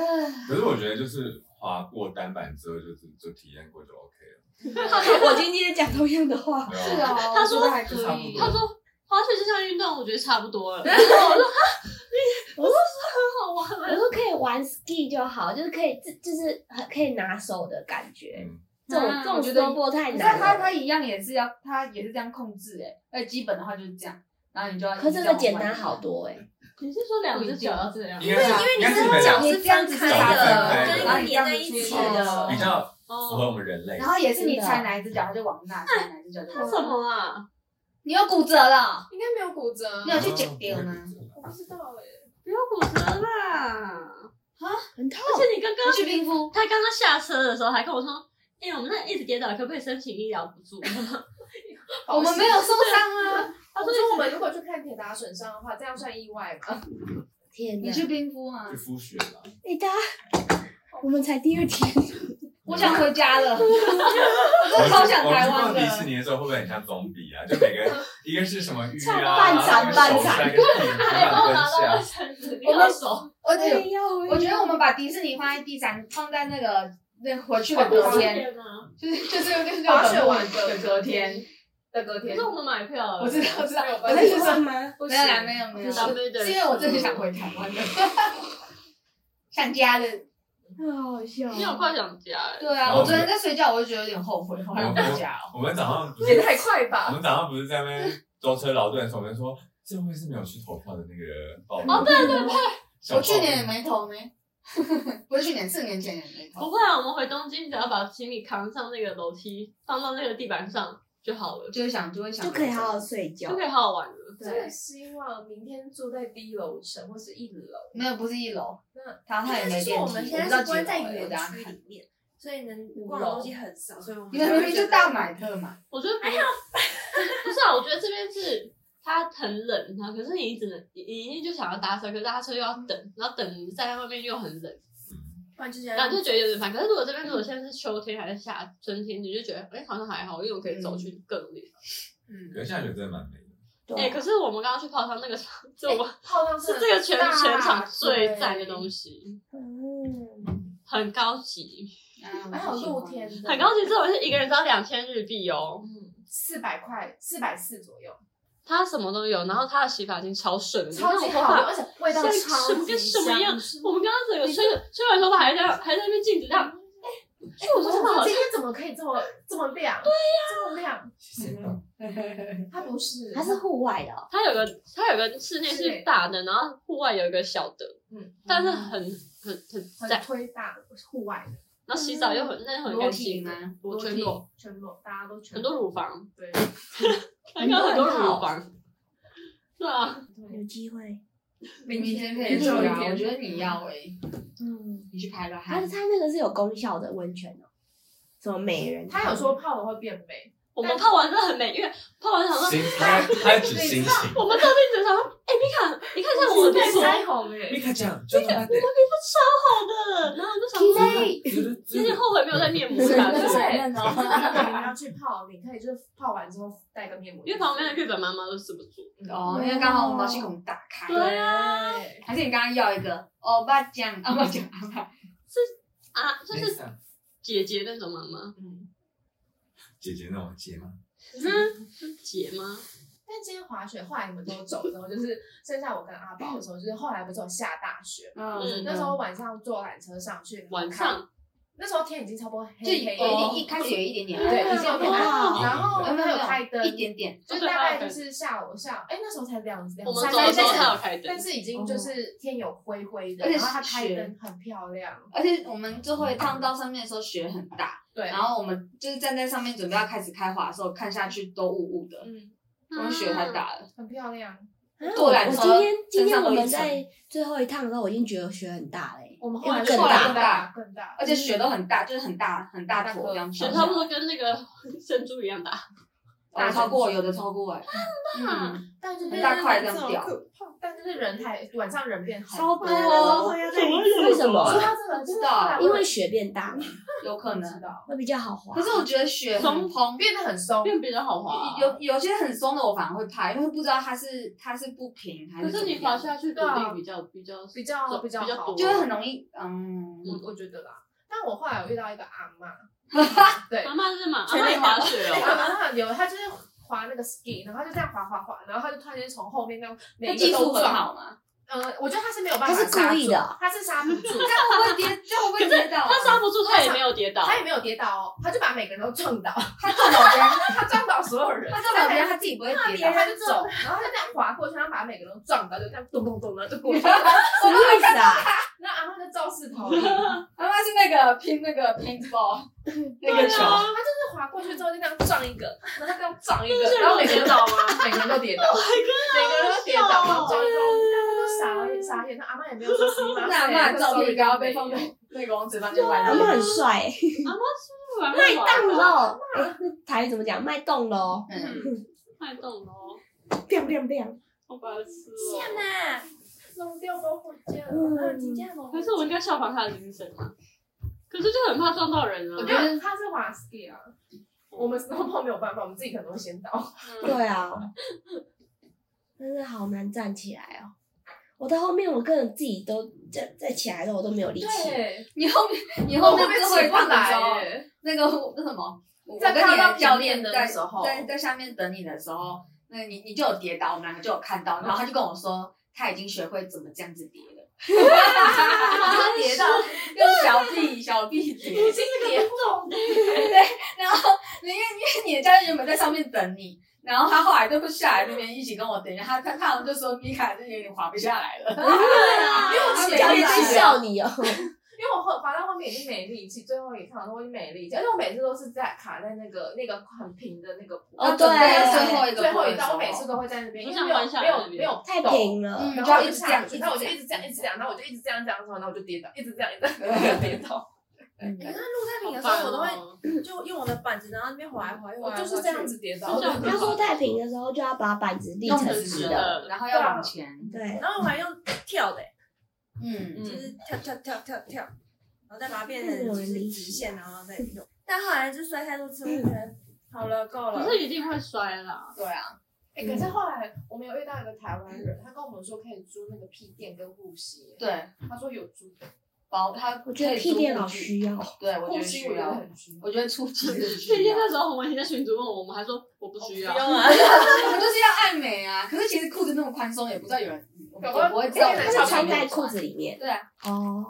可是我觉得就是滑过单板之后，就是就体验过就 OK 了。
我今天讲同样的话，
对
是
啊，
哦，
他说
我觉得还
就差
可
不
以
多。
他说滑雪这项运动，我觉得差不多了。然后我说哈，你我说是很好玩
我说可以玩 ski 就好，就是可以自就是很可以拿手的感觉。
嗯，
这种
啊
这种
我觉得
snowboard 太
可是
难
他
了。
他一样也是要，他也是这样控制哎、而且基本的话就是这样，然后你就要。
可是这个简单好。多哎，
你是说两只脚要这样？
应该是应该是你们
脚
俩
是分开的，跟一个连在一起的。
比较符合
哦，
我们人类
然。后也
嗯
是你踩哪一只脚，他就往那；踩哪一只脚就
那
往
什
那。
么啊？
你有骨折了？
应该没有骨折。
你有
嗯
去剪掉吗？
我不知道哎，
不要骨折啦！
很痛。
啊而且你刚
你去
刚
冰敷？
他刚刚下车的时候还跟我说。哎、我们那一直跌倒，可不可以申请医疗补助？
我们没有受伤啊。
他说我们如果去看铁打损伤的话，这样算意外吗？
天哪
啊
你！去冰敷啊吗
去？敷雪吧。
哎，大家，我们才第二天，
我想回家了，
我
我超想台
我
湾
去逛迪士
的。
尼的时候会不会很像总比啊？就每个人一个是什么鱼啊，
半残半残
残，一个是饼
哎
干半
到
分下。
绳子，
我们
手
我
我也要
我觉得我们把迪士尼放在第三，放在那个那回去的隔天，
吗？
[LAUGHS] 就是就是就是
滑
滑雪
雪
完
完
的
的
隔天的隔
可
天
是。我们买票了，
我知道，我知道，我
我
在
在
就
学
是
算吗？
不
没有啦，没有没有，
长辈的
是因为我真的想回台湾了，想家的。
好好笑
你有快想家哎、
对啊，我昨天在睡觉，我就觉得有点后悔，我还想回家哦。
我们早上不
这
是，
也太快
我
吧！
们早上不是在那边舟车劳顿的时候，我们说这会不会是没有去投票的那个报名？
哦
对对对，
我去年也没投呢，不是去年，四年前也没投。
不会啊，我们回东京只要把行李扛上那个楼梯，放到那个地板上就好了，
就是想，就啊会想，
就可以好好睡觉
就。可以好好玩了。
真的希望明天住在低楼层或是一楼。
没有，不是一楼，
那
然后它也没
但是
电
我
梯，我不
们现
知道几
在
楼
是关在
哎我
园
等
啊
下
区
看
里面，所以能逛的东西很少，所以我们
你们明明就大买特买，
我觉得还
哎
好， [LAUGHS] 不是啊，我觉得这边是它很冷，啊然后可是你只能你你一定就想要搭车，可是搭车又要等，然后等在外面又很冷，
不然就是
然
要
啊后就觉得有点烦。可是如果这边如果现在是秋天还是夏春天，你就觉得哎、好像还好，因为我可以走去各种地方。
嗯
可，是下雪真的蛮美的。
哦
哎、可是我们刚刚去泡汤那个场，就我、
泡汤
是
真的
这个全
大啊
全场最赞的
对
东西，
嗯，
很高级，
啊
还有露天的，
很高级。这种是一个人只要两千日币哦，
嗯，四百块，四百四左右，
它什么都有，然后它的洗发精超顺利，
超级好用，而且味道
像
超
什么
级
跟什么一样
香。
我们刚刚整个吹吹完头发还在还在那边镜子这样，
哎，我想说今天怎么可以这么这么亮？对呀，这么亮。
谢谢爸
它不是，
它是户外的哦，
它有个它有个室内
室内
是大的，然后户外有一个小的，
嗯，
但是很很很
很
赞，
推大的户外的，
然后洗澡又很那很
裸
干
体
净
吗？
我全裸，
全裸，大家都全
很多乳房，
对，
刚刚很多乳房，对啊，
有机会。
明天可
以去聊
我觉得你要哎，
嗯，
你去拍吧。
它它那个是有功效的温泉哦，什么美人汤？
他有说泡了会变美，
我们泡完真的很美，因为泡完想说。
心他他指心情。 [LAUGHS]
我们照镜子想说，哎、你看，你看一下我的背部，
腮红哎，
你看这样，就他得，
好的，然后我就想说，有点后悔没有带面膜打
对
字，
你要去泡，你可以就是泡完之后带个面膜，
因为旁边的日本妈妈都吃不住。
哦，因为刚好我毛细孔打开，
对啊，
对，
还是你刚刚要一个欧巴酱， [LAUGHS] 欧巴酱，欧巴
啊，就是姐姐那种妈妈，
嗯。
姐姐那种姐吗？
姐吗？
但今天滑雪，后来你们都走之后，就是剩下我跟阿宝的时候，就是后来不是有下大雪嘛，
嗯
那时候晚上坐缆车上去，
晚上
那时候天已经差不多
就
黑
有一
黑了，
点一开始有一点点，
对，已经有点暗
哇
然后
没有
没
没
有
有
开灯，
一点点，
就大概就是下午下午，哎，那时候才两
我
两
们
三
走的
点
时候
但
还有
是
开灯
但，是已经就是天有灰灰的，
嗯而且
然
是
后它开
雪
灯很漂亮，
而且我们最后一趟到上面的时候雪很大，
对
然，后我们就是站在上面准备要开始开滑的时候，看下去都雾雾的，
嗯，
因为雪太大了。
很漂亮。
啊
坐缆车
我今天今
身
天
上
我
都
们
一层
在最后一趟的时候，我已经觉得雪很大嘞、
我们后来
更
后来
大
更大更大，
而且雪都很大，就是很大很大坨这样
雪
飘下
差
来，
不多跟那个 [LAUGHS] 珍珠一样大，
哦超过有的超过哎，嗯，
但就是
很大块这样掉，
但就是人太晚上人变很
超多
为什么
说到这个，就是后来我
啊因为雪变大了，
有可
知
能。
道
会比较好滑。
可是我觉得雪很蓬，
变得很松，
变比较好滑。啊
有有些很松的我反而会怕，因为不知道它是它是不平还
可
是
是你
怎么
滑
样
下去独立比较比较
比较比较
比较
好
多，
就会很容易嗯，
我我觉得啦。但我后来有遇到一个阿妈，
[LAUGHS]
对，
妈妈啊是嘛，
全
妈妈
力
也滑雪
阿
哦，
妈她有，她就是滑那个 ski，然后她就这样滑滑滑，然后她就突然间从后面那样每
那
一
技
个
术
都
很
撞。
好吗？
嗯，我觉得她是没有办法
她是故
刹
意
住
的，
她是刹不住，
这样会不会跌？这样会不会跌倒啊？
她刹不住，她也没有跌倒
她，也没有跌倒哦，她就把每个人都撞倒，
[LAUGHS] 他撞到
[LAUGHS]
别人，
她撞倒所有人，
他撞到别人，他自己不会跌
然
倒
后。她就走，然后她这样滑过去，然后把每个人都撞到，就这样咚咚咚，然后就过去。
什么意思啊？
[LAUGHS] 那阿妈就肇事
[LAUGHS]
逃逸，
妈妈是那个啊拼那个 paintball
啊
那个球，
她啊就是滑过去之后就这样撞一个，然后这样撞一个，
是
然后每个
跌
人
倒吗？
每个人都跌倒，每个人都跌倒，然后 [LAUGHS] 撞撞，大家都傻眼傻眼。那啊阿妈也没有说什么，
[LAUGHS] [LAUGHS] 那妈的照片刚刚被放在那个王子饭店
阿
玩
妈
的。
很帅、欸，
麦
卖栋喽。哎那台语怎么讲？卖栋喽，
嗯，
麦动喽，
[LAUGHS] 亮亮亮。
哦好白痴哦。
呐，
弄掉包火箭
嗯
了，啊金价吗？
可是我应该效仿他的精神嘛，可是就很怕撞到人啊。
我觉得他是滑 ski 啊，我们 snowboard 没有办法，我们自己可能会先倒。
对啊，但是好难站起来哦。我到后面，我个人自己都在在起来的时候，我都没有力气。
对，
[LAUGHS] 你后面你
以
后
后
面
面
最后
起
一
不
趟的时候，
来耶，
那个那什么，我
在
跟你
看到
的教
平面
练
的
在
时候
在在下面等你的时候，那你你就有跌倒，我们两个就有看到，然后他就跟我说他已经学会怎么这样子跌了， [LAUGHS] 他跌 [LAUGHS] 到用小臂小臂跌
已。经跌中，
然后因为因为你的教练原本在上面等你，然后他后来就不下来那边一起跟我等一下，他他他好像就说米卡就有点滑不下来了，
因为我起不
教
来
练在笑你哦，
因为我后滑到后面已经没力气，最后一趟的时候我已经没力气，而且我每次都是在卡在那个那个很平的那个坡
哦
准备要
对
最后一个
最后
坡的
一道，
时
我每
候
次都会在那边，因
我
为
想
没有
玩下
没
来那
有
边
没有
太
陡
平了。
嗯，
然
然
后
后
一
一
直
直
这
这样，，
样然后我就一
直
直这样，一直这样，然后我就一直这样，这样，然后我就跌倒，一直这样，一直这
[LAUGHS]
样，跌倒。
嗯
你看路太平的时
棒
候，我都会
哦
就用我的板子，然后那边滑一滑，我
我
就是这样子
[LAUGHS]
跌倒
就这样子
他说太平的时候就要把板子立
用
成
直
直
直
的，
的，然后要往前，
对，
然后我还用跳的，
嗯，
嗯，
跳跳跳跳跳，
然后再把它变成就是直线，然后再用。但后来就摔太多次，我就觉得好了，够了
哦可。是一定会摔啦。
对啊。哎、可是后来我们有遇到一个台湾人，他跟我们说可以租那个屁垫跟护膝，
对，
他说有租的，
包他
我觉得
可以
屁
租
垫
护
好
具
需要，
对，我觉
护
得
膝
需
我觉得
要，
很需要。
我觉得出击
[LAUGHS]
是
那
需
天
要。
那时候红文在群组问我，我们还说我不需要，
啊，
我们就是要爱美啊！可是其实裤子那么宽松，也不知道有人，我们也不会知道
搞
有
它
不好
人
哎
是
穿
那个
哦穿
长
在
在
裤子里面。
对啊，
哦，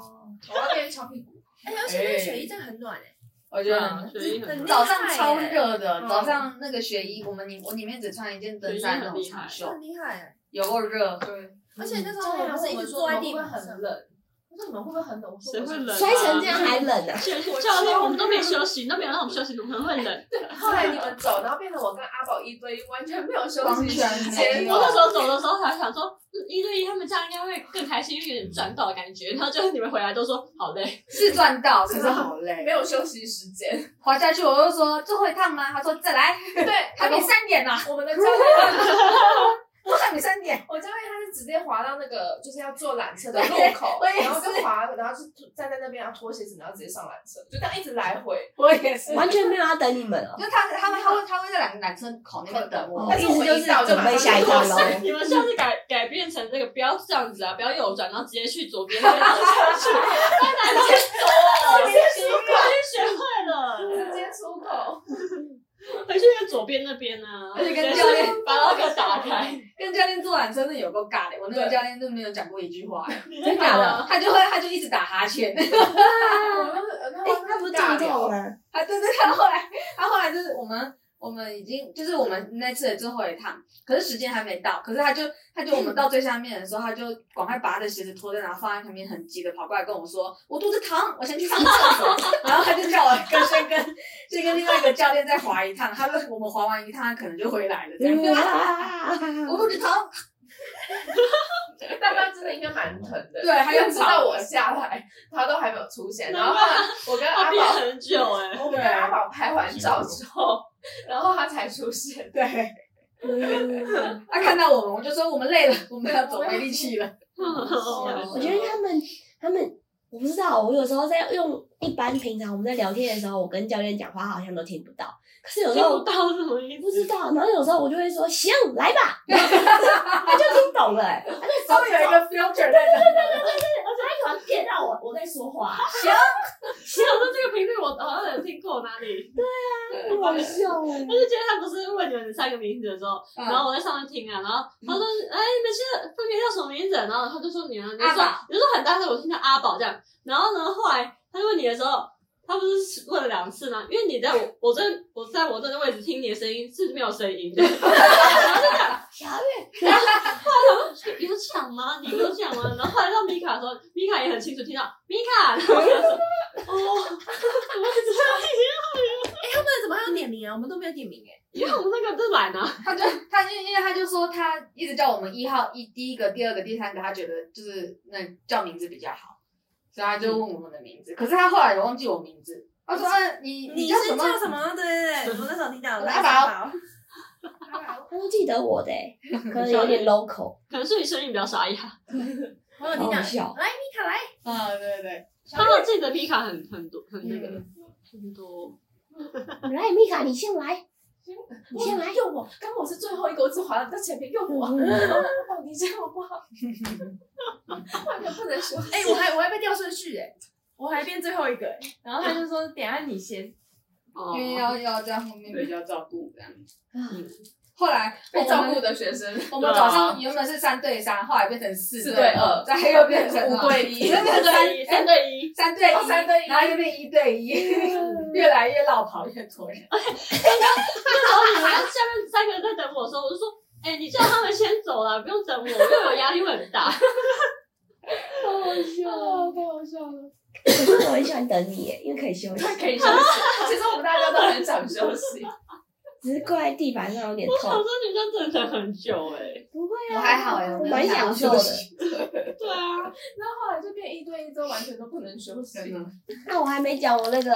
我要变 [LAUGHS] 翘屁股。
哎，而且那个雪衣真的很暖哎，
我觉
对
得
啊，
很
所以很
很
早上超热
嗯
的，早上那个雪衣，我们里我里面只穿一件登山那种长
真的
袖
很，厉害
欸
哎。
有够热。
嗯对，啊
而且那时候我们是一直坐在地板
很
上，
冷。我说你们会不会很冷？我说
谁会冷啊
摔成这样还冷啊！
教练我们都没休息，你都没有让我们休息，怎么可能会冷？
后来你们走，然后变成我跟阿宝一对一，完全没有休息时
完全
间
没。
[LAUGHS] 我
有
那时候走的时候还想说，嗯一对一他们这样应该会更开心，因为有点赚到的感觉。然后就是你们回来都说好累，
是赚到，可是好
没
累。
有休息时
[LAUGHS]
间，
滑下去我就说最后一趟吗？他说再来，
对，
还没三点呢，
我们的教练，
都还没三点。
我教练他是直接滑到那个就是要坐缆车的路
对
口，
我也是
然后就滑，然后就站在那边，然后脱鞋子，然后直接上缆车，就这样一直来回。
我也是
完全没有要等你们哦。
就他他们他会他会在两个男生口那边等我
哦，
但是我
意思就
们
是
一到就
准
马
备下一
上就
趟
脱
喽
鞋。
[LAUGHS] 你 [LAUGHS] 们下次改改变成这个，不要这样子啊，不要右转，然后直接去左边那边走下去。那男生走，直接学会了，
直接出口，
回去就左边那边啊，
而且跟
直接
教练
把那个打 [LAUGHS] 开。
跟教练坐缆车那有够尬的，我那个教练都没有讲过一句话，
[LAUGHS] 真
假的？
他就会他就一直打哈欠。
我们呃
哎，那不是中痛吗？
啊，对对，他后来他后来就是我们我们已经就是我们那次的最后一趟，可是时间还没到，可是他就他就我们到最下面的时候，他就赶快把他的鞋子脱掉，然后放在旁边，很急的跑过来跟我说：“我肚子疼，我先去上厕所。” [LAUGHS] 然后他就叫我跟先跟先跟另外一个教练再滑一趟，他说我们滑完一趟，他可能就回来了这样。 [LAUGHS] 我肚子疼，
大概真的应该蛮疼的。
对他就
要直到我下来，他都还没有出现。然后后来我跟
他
阿
憋
宝，
很久哎、 [LAUGHS]
我跟阿宝拍完照之后，然后他才出现。
对，他看到我们，我就说我们累了，我们要走，没力气 [LAUGHS] 了。
[LAUGHS]
哦
我觉得他们他们我不知道，我有时候在用一般平常我们在聊天的时候，我跟教练讲话好像都听不到，可是有时
听不
候
到什么意
不知
[LAUGHS] 思？
道，然后有时候我就会说行，来吧，然后他就听懂了、欸，他就
稍微有一个 filter 在那。
他喜欢骗到我我在说话，
其啊实我说这个频率我好像有听过哪里，
好笑哎、
但是今天他不是问你们三个名字的时候，
嗯
然后我在上面听啊，然后他说哎你们现在分别叫什么名字？然后他就说你呢，你就
阿
说
宝
你就说很大声，我听到阿宝这样，然后呢后来他问你的时候。他不是问了两次吗？因为
[LAUGHS]
你在我我在我在我站的位置听你的声音是没有声音
[LAUGHS]
的，有抢吗？你有抢吗？然后后来到米卡的时候，米卡也很清楚听到米卡，然后我就说
他们怎么还有点名啊？我们都没有点名哎。
因为我们那个是懒啊，
他就他因为因为他就说他一直叫我们一号一第一个、第二个、第三个，他觉得就是那叫名字比较好，所以他
嗯
就问我们的名字。可是他后来也忘记我名字，他说：“啊、你
你
叫
是
什么
叫什么？对对对，我那时候听到
阿
阿
宝
宝，
他都记得我的、欸，可能有点 local，
可能是你声音比较沙哑。
我有
好
听
好
到。
笑。
来，米卡来，？”
啊，
嗯
对对
他们自己的皮卡很很多很那个、很多，
来，米卡，你先来，你先来。
又我，刚刚我是最后一个，我只滑到前面，又我。 [LAUGHS] 哦，你这样不好，完全不能说。
哎，我还我还被调顺序哎，我还变最后一个哎，然后他就说等一下你先，
哦
因为要要在后面比较照顾这样。
啊
嗯
后来我
被照
们
顾的学生，
我们早上原本是三对三，后来变成四
啊四
对
对二
再又变成
五对一
真
[LAUGHS]
的
三对一，
三
三对一，
三对
哦
一，
三对一
然后又变一对一， [LAUGHS] 越来越绕跑，越拖人。
然后下面三个人在等我的时候，我就说。哎、你叫他们先走了，不用等我，因为我压力会很 [LAUGHS] 大。
哦，太好笑了。
可是我很喜欢等你耶，因为可以休息，
可以休息，其实我们大家都很想休息。
只是跪在地板上有点
我想
痛
说。你们这样等了很久哎、
不会啊，
我还好哎，我
我
没有
蛮
想要
享受
休
的。
息
对啊，
然后后来就变一对一之后，完全都不能休息。
真的
那我还没讲我那个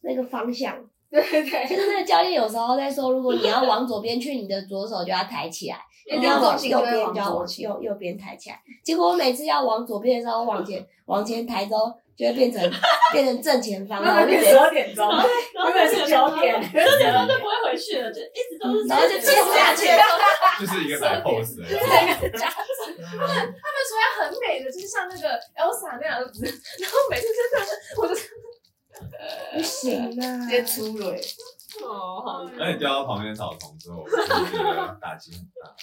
那个方向，
对对对
就。是那个教练有时候在说，如果你要往左边去，你的左手就要抬起来，一
一
定
定
要
要
往
重心
右
就会
边，
往
就要
左
往
倾
右右边抬起来。结果我每次要往左边的时候，往前往前抬之后，就会变成 [LAUGHS] 变成正前
[LAUGHS]
方，然后
那
就
变
觉
十
得
二点钟， [LAUGHS]
然后
原本是九点，
九点钟就不会回去了，就一直都是
嗯然后就
这
接
样
下去。
[LAUGHS]
就是一个摆 [LAUGHS] pose 的。
[LAUGHS] 他们说要很美的，就是像那个 Elsa 那样子，然后每次真的，我就是
不行啊
直！接出蕊。
哦，好
而且掉到旁边的草丛之后，我就觉得打击很大。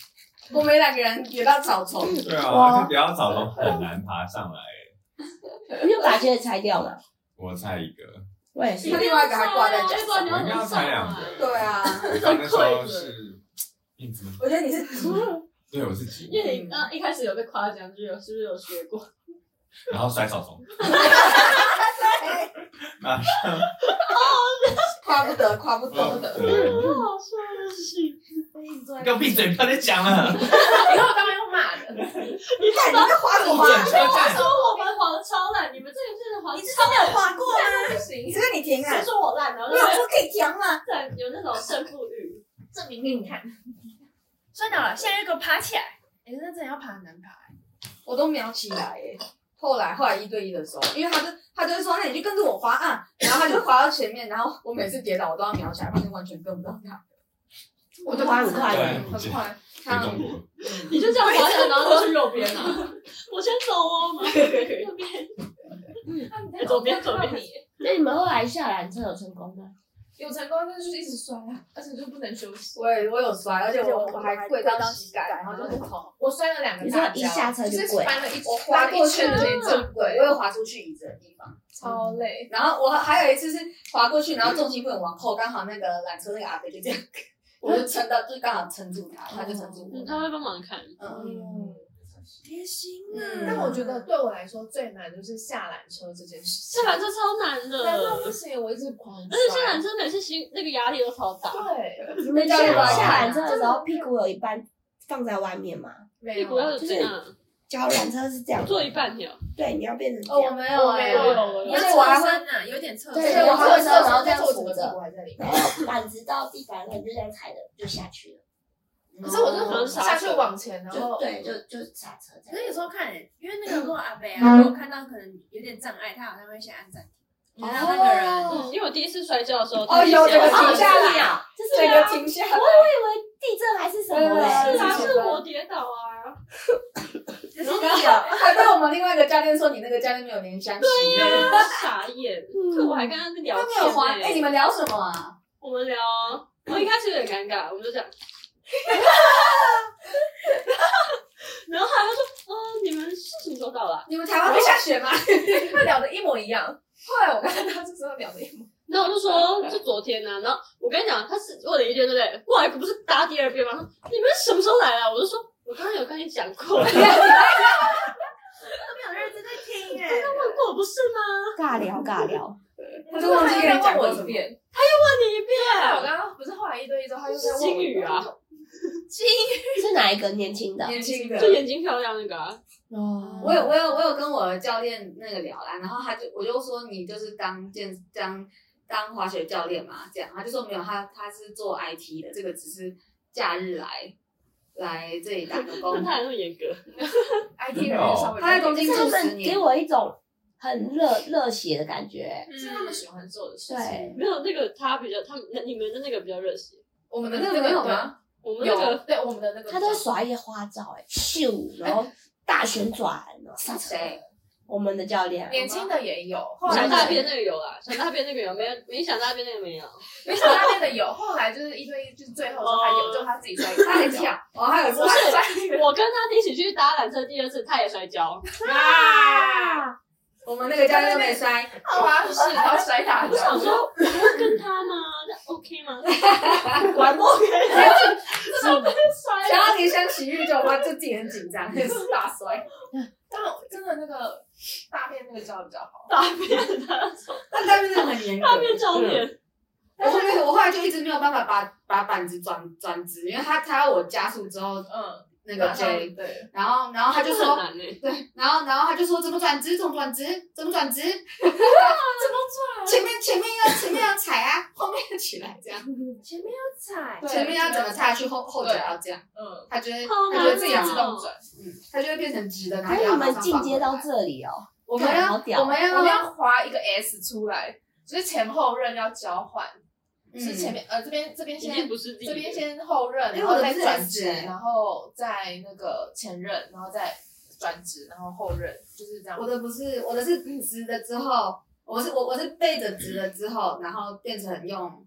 我们两个人跌到草丛，
对
哇
啊，就掉到草丛很难爬上来。
你有把这个拆掉吗？
我猜一个，
我也
你 [LAUGHS]
是
他，另外一个还挂在脚
上，
上
你
我应该
要
要
上
猜两
来。
个。
[LAUGHS] 对啊，
我刚那时候 [LAUGHS] 是，你怎么？
我觉得你是急，
对，我是急，
因为你嗯刚一开始有被夸奖，就有是不是有学过？
然后摔草丛，马上
夸不得，夸不得。
你
好笑的事 [LAUGHS] 情，
给我闭嘴，不要再讲了。
以后当然要骂
[LAUGHS]
的。
你看你在夸什么
转
夸？
车
他
站，
说我们滑的超烂，你们这个真的滑，你超没有
夸过啊！
不行
你，这个你停啊
谁！说我烂？然后
没有说可以停啊！
在有那种胜负欲，
证明给你看。摔倒了，现在就给我爬起来。哎、那真的要爬很难爬、
我都瞄起来耶。后来后来一对一的时候，因为他就他就说，那你就跟着我滑啊，然后他就滑到前面，然后我每次跌倒我都要瞄起来，发现完全跟不到他，我就
花很快
对
很快，
回
他
中国。
你就这样滑下，然后
[LAUGHS]
就去右边啊。我先走哦，我们右边，左边左边。
[LAUGHS] 那你们后来下缆车有成功吗？
有成功，但就是一直摔啊，而且就不能休息。
我也我有摔，而且我我
我
还
还
跪
跪
到
到
膝盖，然后就很痛。
我摔了两个
你说
大
一
跤，
下车
就是
就跪
翻了一
我滑过去
翻了一
那
圈那
种，
种，
对，我有滑出去椅子的地方。
超累。
然后我还有一次是滑过去，然后重心不能往后，刚好那个缆车那个阿飞就这样，我就撑到，就刚好撑住
哦
他，他就撑住
嗯，
我。
他会帮忙看。
嗯，
贴心啊
嗯
但我觉得对我来说最难就是下缆车这件事情，
下缆车超难的，
难到不
而
行，我一直狂摔。
且下缆车每次心那个压力都超大。
对，
你们
教
下
练吧
下缆车的时候屁股有一半放在外面吗？
没
屁
有
股
啊
要这样
脚缆车是这样，
坐一，半条，
对，你要变成这
哦，我
样，
没有，
没
有哎
而
而
且我还会，
啊，有点侧
对
而且
对
我
我
还
会
会
侧着
侧着，
然后
然后
这样
再
扶
坐
着
整个屁股还在里面
然。后板子到地板上，你就这样踩着就下去了，
可是我就是
好像刹车
下去往前，然
就
后
对，就就刹车这
可
样。
是有时候看、欸，因为那个如果阿北啊，我看到可能有点障碍，他好像会先按暂停，然后那个人
嗯，因为我第一次摔跤的时候，
哦，有整
这
个
好
停下
是
来
啊，
整个停下来，
地震还是什
对
么嘞？
是啊，是我跌倒啊，
就是你
还被我们另外一个教练说你那个教练没有连相机，
啊
傻眼。可我还跟他聊
嗯他
天
没有滑。
呢
哎，你们聊什么啊？
我们聊，我一开始有点尴尬，我们就这
[LAUGHS]
样，然后他就说，哦，你们是什么时候到了啊？
你们台湾会下雪吗？
他聊的一模一样。后来我看他就知道聊的一模一样。
然后我就说，就昨天呢、啊。然后我跟你讲，他是问了一遍，对不对？后来不是搭第二遍吗？他说你们什么时候来啊？我就说，我刚刚有跟你讲
[LAUGHS]
过，你刚
没有认真在听哎、
刚问过我不是吗？
尬聊尬聊，
他就忘记跟你讲过
我
什
一
么。
遍。
问你一
对，我
遍，
刚刚不是后来一对一之后，他又哎 [LAUGHS] 在问我
金宇啊，
是哪一个年轻的？
年轻的
就眼睛漂亮那个、啊，
哦
我有我有我有跟我的教练那个聊啦，然后他就我就说你就是当健当当滑雪教练嘛，这样他就说没有他他是做 IT 的，这个只是假日来来这里打个
但
工
他。还那么严格，
IT 人稍微
他在东京
是他
住十
们给
年，
我一种很热热血的感觉。
是他们喜欢做的事
嗯
情。
对，
没有那个他比较，他们你们的那个比较热血，
我们
的
的
那
那
个
个
没有吗？
我们那
啊
有
个
对我们的那个，
他都耍一些花招，哎，咻，然
[LAUGHS]
后大旋转，然后刹车。
谁？
我们的教练啊，
年轻的也有，后来
想大便
的
那个有啦，想大便那个有，没有没想大便那个没有。
没想大便的有，后来就是一对一，就是最后的时候他有，就他自己摔，
他还跳，哦，还有说
不是
他
我跟他一起去搭缆车，第二次他也摔跤，
啊，
我们那个教练没摔，
花式然后摔打
我想
脚，
说我要跟他吗？那 OK
[LAUGHS]
吗？
玩过，
摔
想要怜香惜玉就他就自己很紧张，也是大 [LAUGHS] 摔。
但真的那个大便那个教得比较好，
大便的，
他在那边很严格，
大便照片，
我后面我后来就一直没有办法把把板子转转直，因为他他要我加速之后，
嗯，
那个 J，
对，
然后然后他就
这很
说，
难呢。
对，然后然后他就说怎么转职，怎么转职，怎么转职，怎么转，前面前面要前面要踩啊， [LAUGHS] 后面要起来这样，
前面要踩，
对
前面要怎么踏去后后脚要这样，
嗯，
他觉得
好
他觉得
难
自己要
哦
自动转，嗯，他就会变成直的，然后
还
要
有我
马
们
上
进
翻
阶
过
到
来
这里哦，
我们
好
要
屌
我们
我们
要
要划一个 S 出来，就是前后刃要交换，是前面呃这边这边
已经
先
不是第一
这边
个
先后刃，
因为
然
我
后
的
再
字
转
很
职，
直
然后再那个前刃，然后再转职，然后后刃，就是这样。
我的不是，我的是直的之后，我是我我是背着直了之后，然后变成用，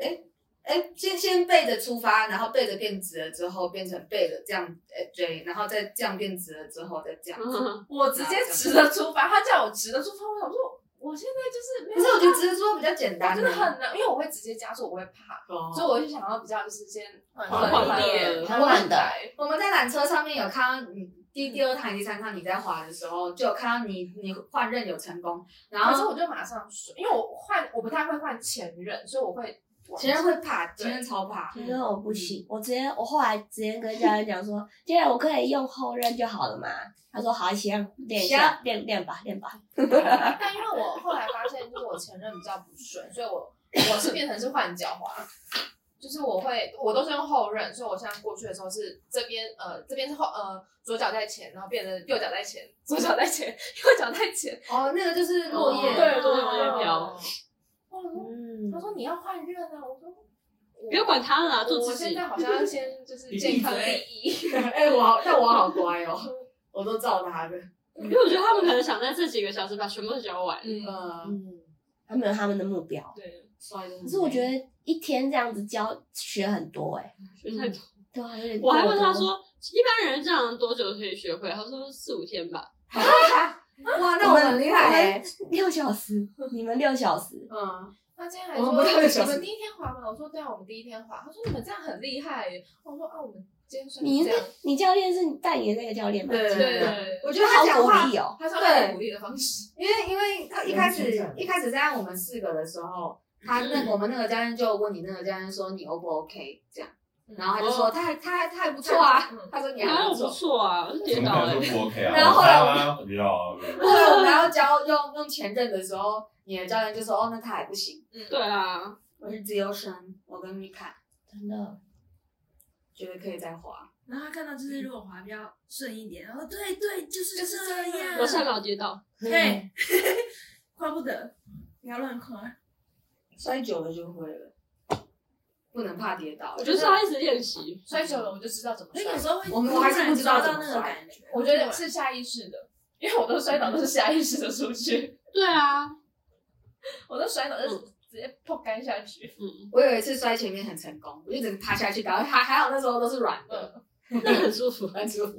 哎哎，先先背着出发，然后背着变直了之后，变成背着这样哎追，然后再这样变直了之后再这样。
嗯
我直接直的出发，他叫我直的出发，我想说我现在就是没
可
有
是我觉得直着说比较简
我
单
真
呢，
的很难，因为我会直接加速，我会怕，
哦
所以我就想要比较就是先缓
缓
一点，
缓缓的
来。
我们在缆车上面有看到你第第二趟、第三趟你在滑的时候，就有看到你 [LAUGHS] 你换刃有成功，然
可是
后
我就马上说，因为我换我不太会换前任，所以我会往
前任会怕，
对
前任超怕。
因为嗯
嗯
我不行，我直接我后来直接跟教练讲说，教练我可以用后刃就好了嘛。他说好，行，练一下，练练吧，练吧。
[LAUGHS]
[LAUGHS] 但因为我后来发现，就是我前任比较不顺，所以我我是变成是换脚滑，就是我会我都是用后刃，所以我现在过去的时候是这边呃这边是后呃左脚在前，然后变成右脚在前，左脚在前，右脚在前，
[LAUGHS] 哦，那个就是落叶，
对落叶落叶飘。
我说
嗯
他，说你要换刃啊，我说
不要管他了啦，做
我
自
现
己。
在好像要先
[LAUGHS]
就是健康第一，
[LAUGHS]
[LAUGHS]
哎、我好，但我好乖哦，我都照他的。
因为我觉得他们可能想在这几个小时把全部都教完。
嗯，
呃，
嗯，他们有他们的目标。
对，
帅的。
可是我觉得一天这样子教学很多哎、
学太多。
对啊，有点
我还问他
过多，
说，一般人这样多久可以学会？他说四五天吧。
[LAUGHS] 哇，那我很厉害哎、
六小时，你们六小时，
嗯，
他今天还
我
说
们不到一个
你
小时
们第一天滑吗？我说对啊，我们第一天滑。他说你们这样很厉害耶。我说啊，我们今天算
你
这
那
样。
你教练是带你的那个教练吗？
对
对
对
对，
我觉得他
他
讲
好
话
鼓，励哦，
他说他有鼓励的方式。
因为因为他一开始一开始在我们四个的时候，他那个我们那个教练就问你那个教练说你 O 不 OK 这样，然后他就说他还他还他还不错啊，
嗯
他说你
啊，
还
我
不
不
错。
错啊，我是跌
怎么
倒
可
了
能。说不 OK 啊？
然后后来我
我不知道啊，
后来我们要教用用前任的时候，你的教练就说哦，那他还不行。
对啊，
我是自由生，我跟米卡
真的，
觉得可以再滑。
然后他看到就是如果滑比较顺一点，然后对对，就是
就是
这
这
样，
样
我下秒跌倒。
嗯
嘿， [LAUGHS] 夸不得，不要乱夸。
摔久了就会了，不能怕跌倒。
我就是要一直练习。
摔久了我就知道怎么
所以有
摔。
时候会
我们我还是不知道
突
怎
然抓到
么
那个
摔
感觉。
我觉得是下意识的，因为我都摔倒都是下意识的出去，
对啊，
[LAUGHS] 我都摔倒就是直接破干下去。
嗯，
我有一次摔前面很成功，我就整个趴下去，然后还还好那时候都是软的，
嗯，
那很舒服。
很舒服。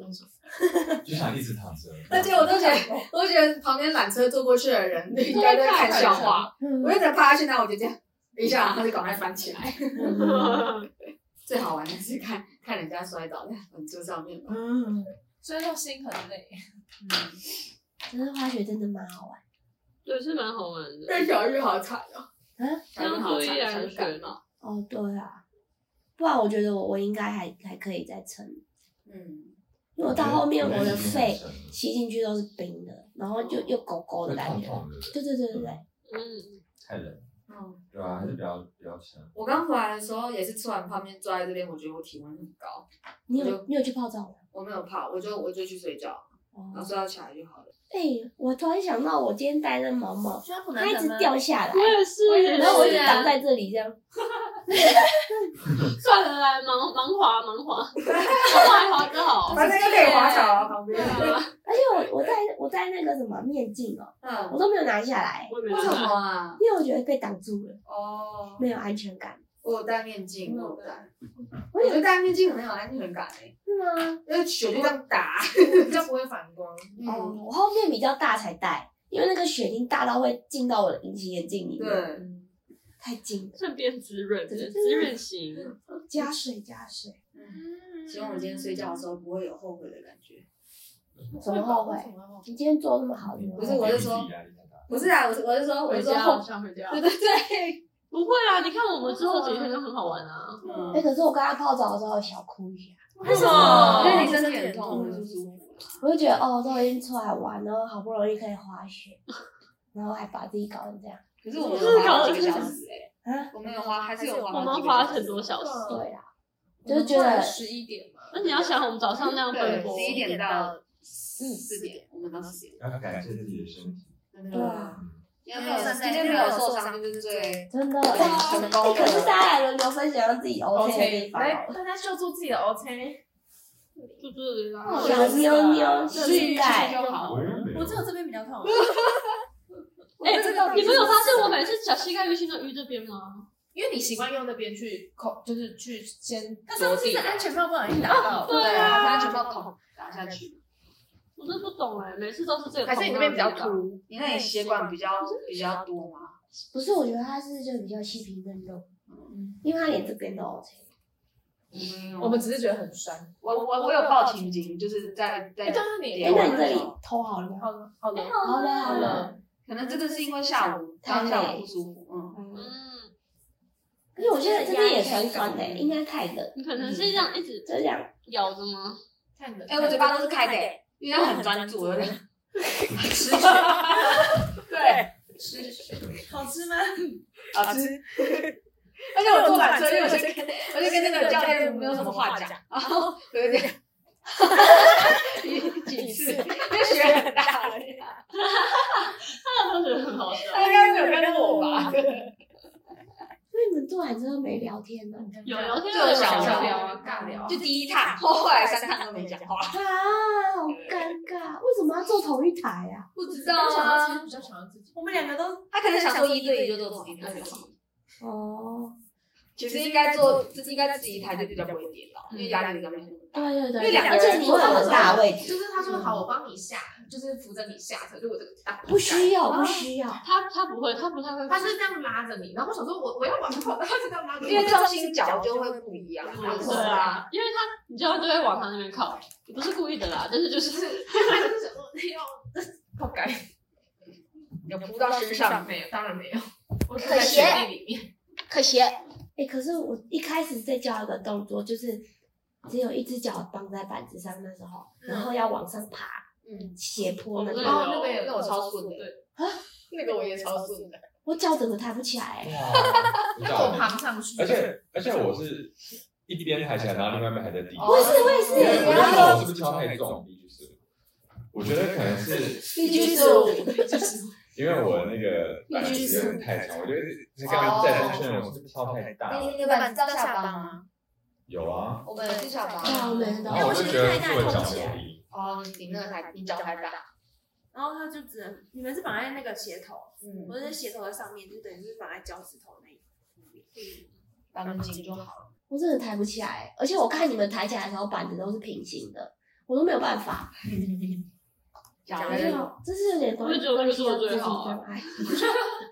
就想一直躺着。
而且我都觉得，我都觉得旁边缆车坐过去的人应该在看笑话，我就整个趴下去，然后我就这样一下，然后就赶快翻起来。
嗯
最好玩的是看看人家摔倒在缆车上面，
嗯，
摔到心很累。
[LAUGHS] 可是滑雪真的蛮好玩，
对，是蛮好玩的。
但小玉好惨哦，
嗯，
小玉好惨，小玉感冒。
哦对啊，不然我觉得我我应该还还可以再撑，
嗯，
因为我到后面我的肺吸进去都是冰的，然后
哦
就又狗狗
会
的感
痛
觉，
痛的，
对对对对对，
嗯，
太冷，
哦，
对吧？还是比较比较沉。
我刚回来的时候也是吃完泡面坐在这边，我觉得我体温很高，
你
我就
有你有去泡澡吗？
我没有怕，我就我就去睡觉，然
啊
后
哦，
睡到起来就好了。 [LAUGHS]
哎、我突然想到我今天戴那毛毛，
需要普
它
男
一直掉下来，
我也是。
然后我一直
是啊
挡在这里这样。
算了啦，忙忙滑，忙滑，
[LAUGHS]
滑一滑就好。
反正又可以滑草啊，旁边。
而且我我戴我戴那个什么面镜哦，
嗯
我，都没有拿下来，
我也没
为
办
什
法
么啊？
因为我觉得被挡住了，
哦，
没有安全感。
我有戴面镜，我有戴。
我
我
也
觉得戴面镜很有安全感诶、
是吗？
因为雪就这样打。
比较不会反光，
哦，，我后面比较大才戴，因为那个血晶大到会进到我的隐形眼镜里面，
对，
太近了。
顺便滋润，
对
滋润型。
加水加水，
希望我今天睡觉的时候不会有后悔的感觉。
怎么后悔？你今天做那么好，怎么
不是我
后悔
是说不是啊，我是我是说，我是说后，
想回家
对对对，
不会啊，你看我们之后几天都很好玩啊。
嗯
[LAUGHS] 哎、可是我刚刚泡澡的时候有小哭一下，
嗯
为什
么
因为
么？
你身体很痛，我就舒服了。
我就觉得哦，都已经出来玩，然后好不容易可以滑雪，然后还把自己搞成这样。
可是我们有花了几个小时哎、
啊
我们有花，还是有花
我
好
们
几个
花
小时
很多小时，
对啦，就是觉得
十一点嘛，
那你要想我们早上那样奔波，
十一点到嗯四点，嗯我们到四点。
要感谢自己的身体。
真
对
的，
啊，
今天没有今天没有受伤就是最
真的。
对啊成
哎，
功
可是
了。
大家来轮流分享自己 OK 的地方哦好了。
大家秀出自己的 OK。
就是啦。
嗯
小妞妞
试一
膝
试
盖，
就好。
我只有这边比较痛，
哎，你们有发现我每次小膝盖淤青都淤这边吗？
因为你习惯用那边去扣，就是去先
但
着
上次
地
是
嘛。
啊
安全帽不小心打到，
啊对啊，把全部孔打下去。
我真不懂哎，每次都是这个。
还是你那边比较凸，
你那里血管比较比较多吗？
不是，我觉得他是就比较细皮嫩肉，因为他连这边都 OK。
我们只是觉得很酸。
我我我有抱青筋，就是在在
哎，但是你
哎，那你这里头好了吗？
好了好
哎
了，
好了好了，
可能真的是因为下午
太
到
累
下午不舒服，嗯，
嗯，
因为我现在这边也酸酸的，应该太冷，
你可能是这样一直
就这样。
咬着吗？
看你的。
哎，我嘴巴都是开的，因为很专注，有点失血，对，失血
好吃吗？
啊吃。而且我做反车，因为我就跟我就跟那个教练没有什么话讲，然后我就这样。几 [LAUGHS] 次就学很大了，
大家都觉得很好笑。
他应该没有看到我吧？
所以你们做完之后没聊天呢？
有聊天
就
有
小
小
聊啊，尬聊啊。
就第一趟，后后来三趟都没讲话。
啊，好尴尬，为什么要做同一台啊？
不知
但
道
想到其实
啊，
比较想要自己。
我们两个都
他可能想说一对一就做同一台就好。
哦，
其实应该做，就是应该自己一台就比较不会跌倒，因为
嗯
压力比较没有那么大。
对对
因为
对，
两个
而
人
且你会有很大的位置，
就是他说好，我帮你下，就是扶着你下车，就我这个大。
不需要不需要，
他他不会，他不太会。
他是这样拉着你，然后我想说我我要往后，他是这样拉着我，
因为重心脚就会不一样，
对啊，因为他你知道就会往他那边靠，也不是故意的啦，但是就是
他 [LAUGHS] 就是要 [LAUGHS] 不该
有扑到身上。
没有，当然没有，我是
可
在
惜
雪地里面。
可惜
哎、可是我一开始在教一个动作，就是只有一只脚绑在板子上的时候，然后要往上爬，
嗯，
斜坡那
对
个，
哦，那边有
那我超顺的，
那个我也超顺的，
我脚整个抬不起来、欸
那个我爬不上去。
而且而且我是一边抬起来，然后另外一边还在地。
哦
我也是我也
我
是，
觉
然
得我
后
是不是敲太重？就是我觉得可能是
必须速，
因为我那个板子有点太长，我觉得是刚刚在那劝我是不是敲太大？
你老板知道下班吗？
有啊，
我们是小
对啊，我
吧？
每次都
然后我就觉得是我脚受力。
哦，你那个
嗯
才，你脚太大。
然后他就只能，你们是绑在那个鞋头，
嗯，
我是鞋头的上面，就等于是绑在脚趾头那一边。
绑
嗯
得紧就好。
我真的抬不起来，而且我看你们抬起来的时候，板子都是平行的，我都没有办法，
脚
我就这是有点东
我也
西
觉得我做得最好啊
东西障碍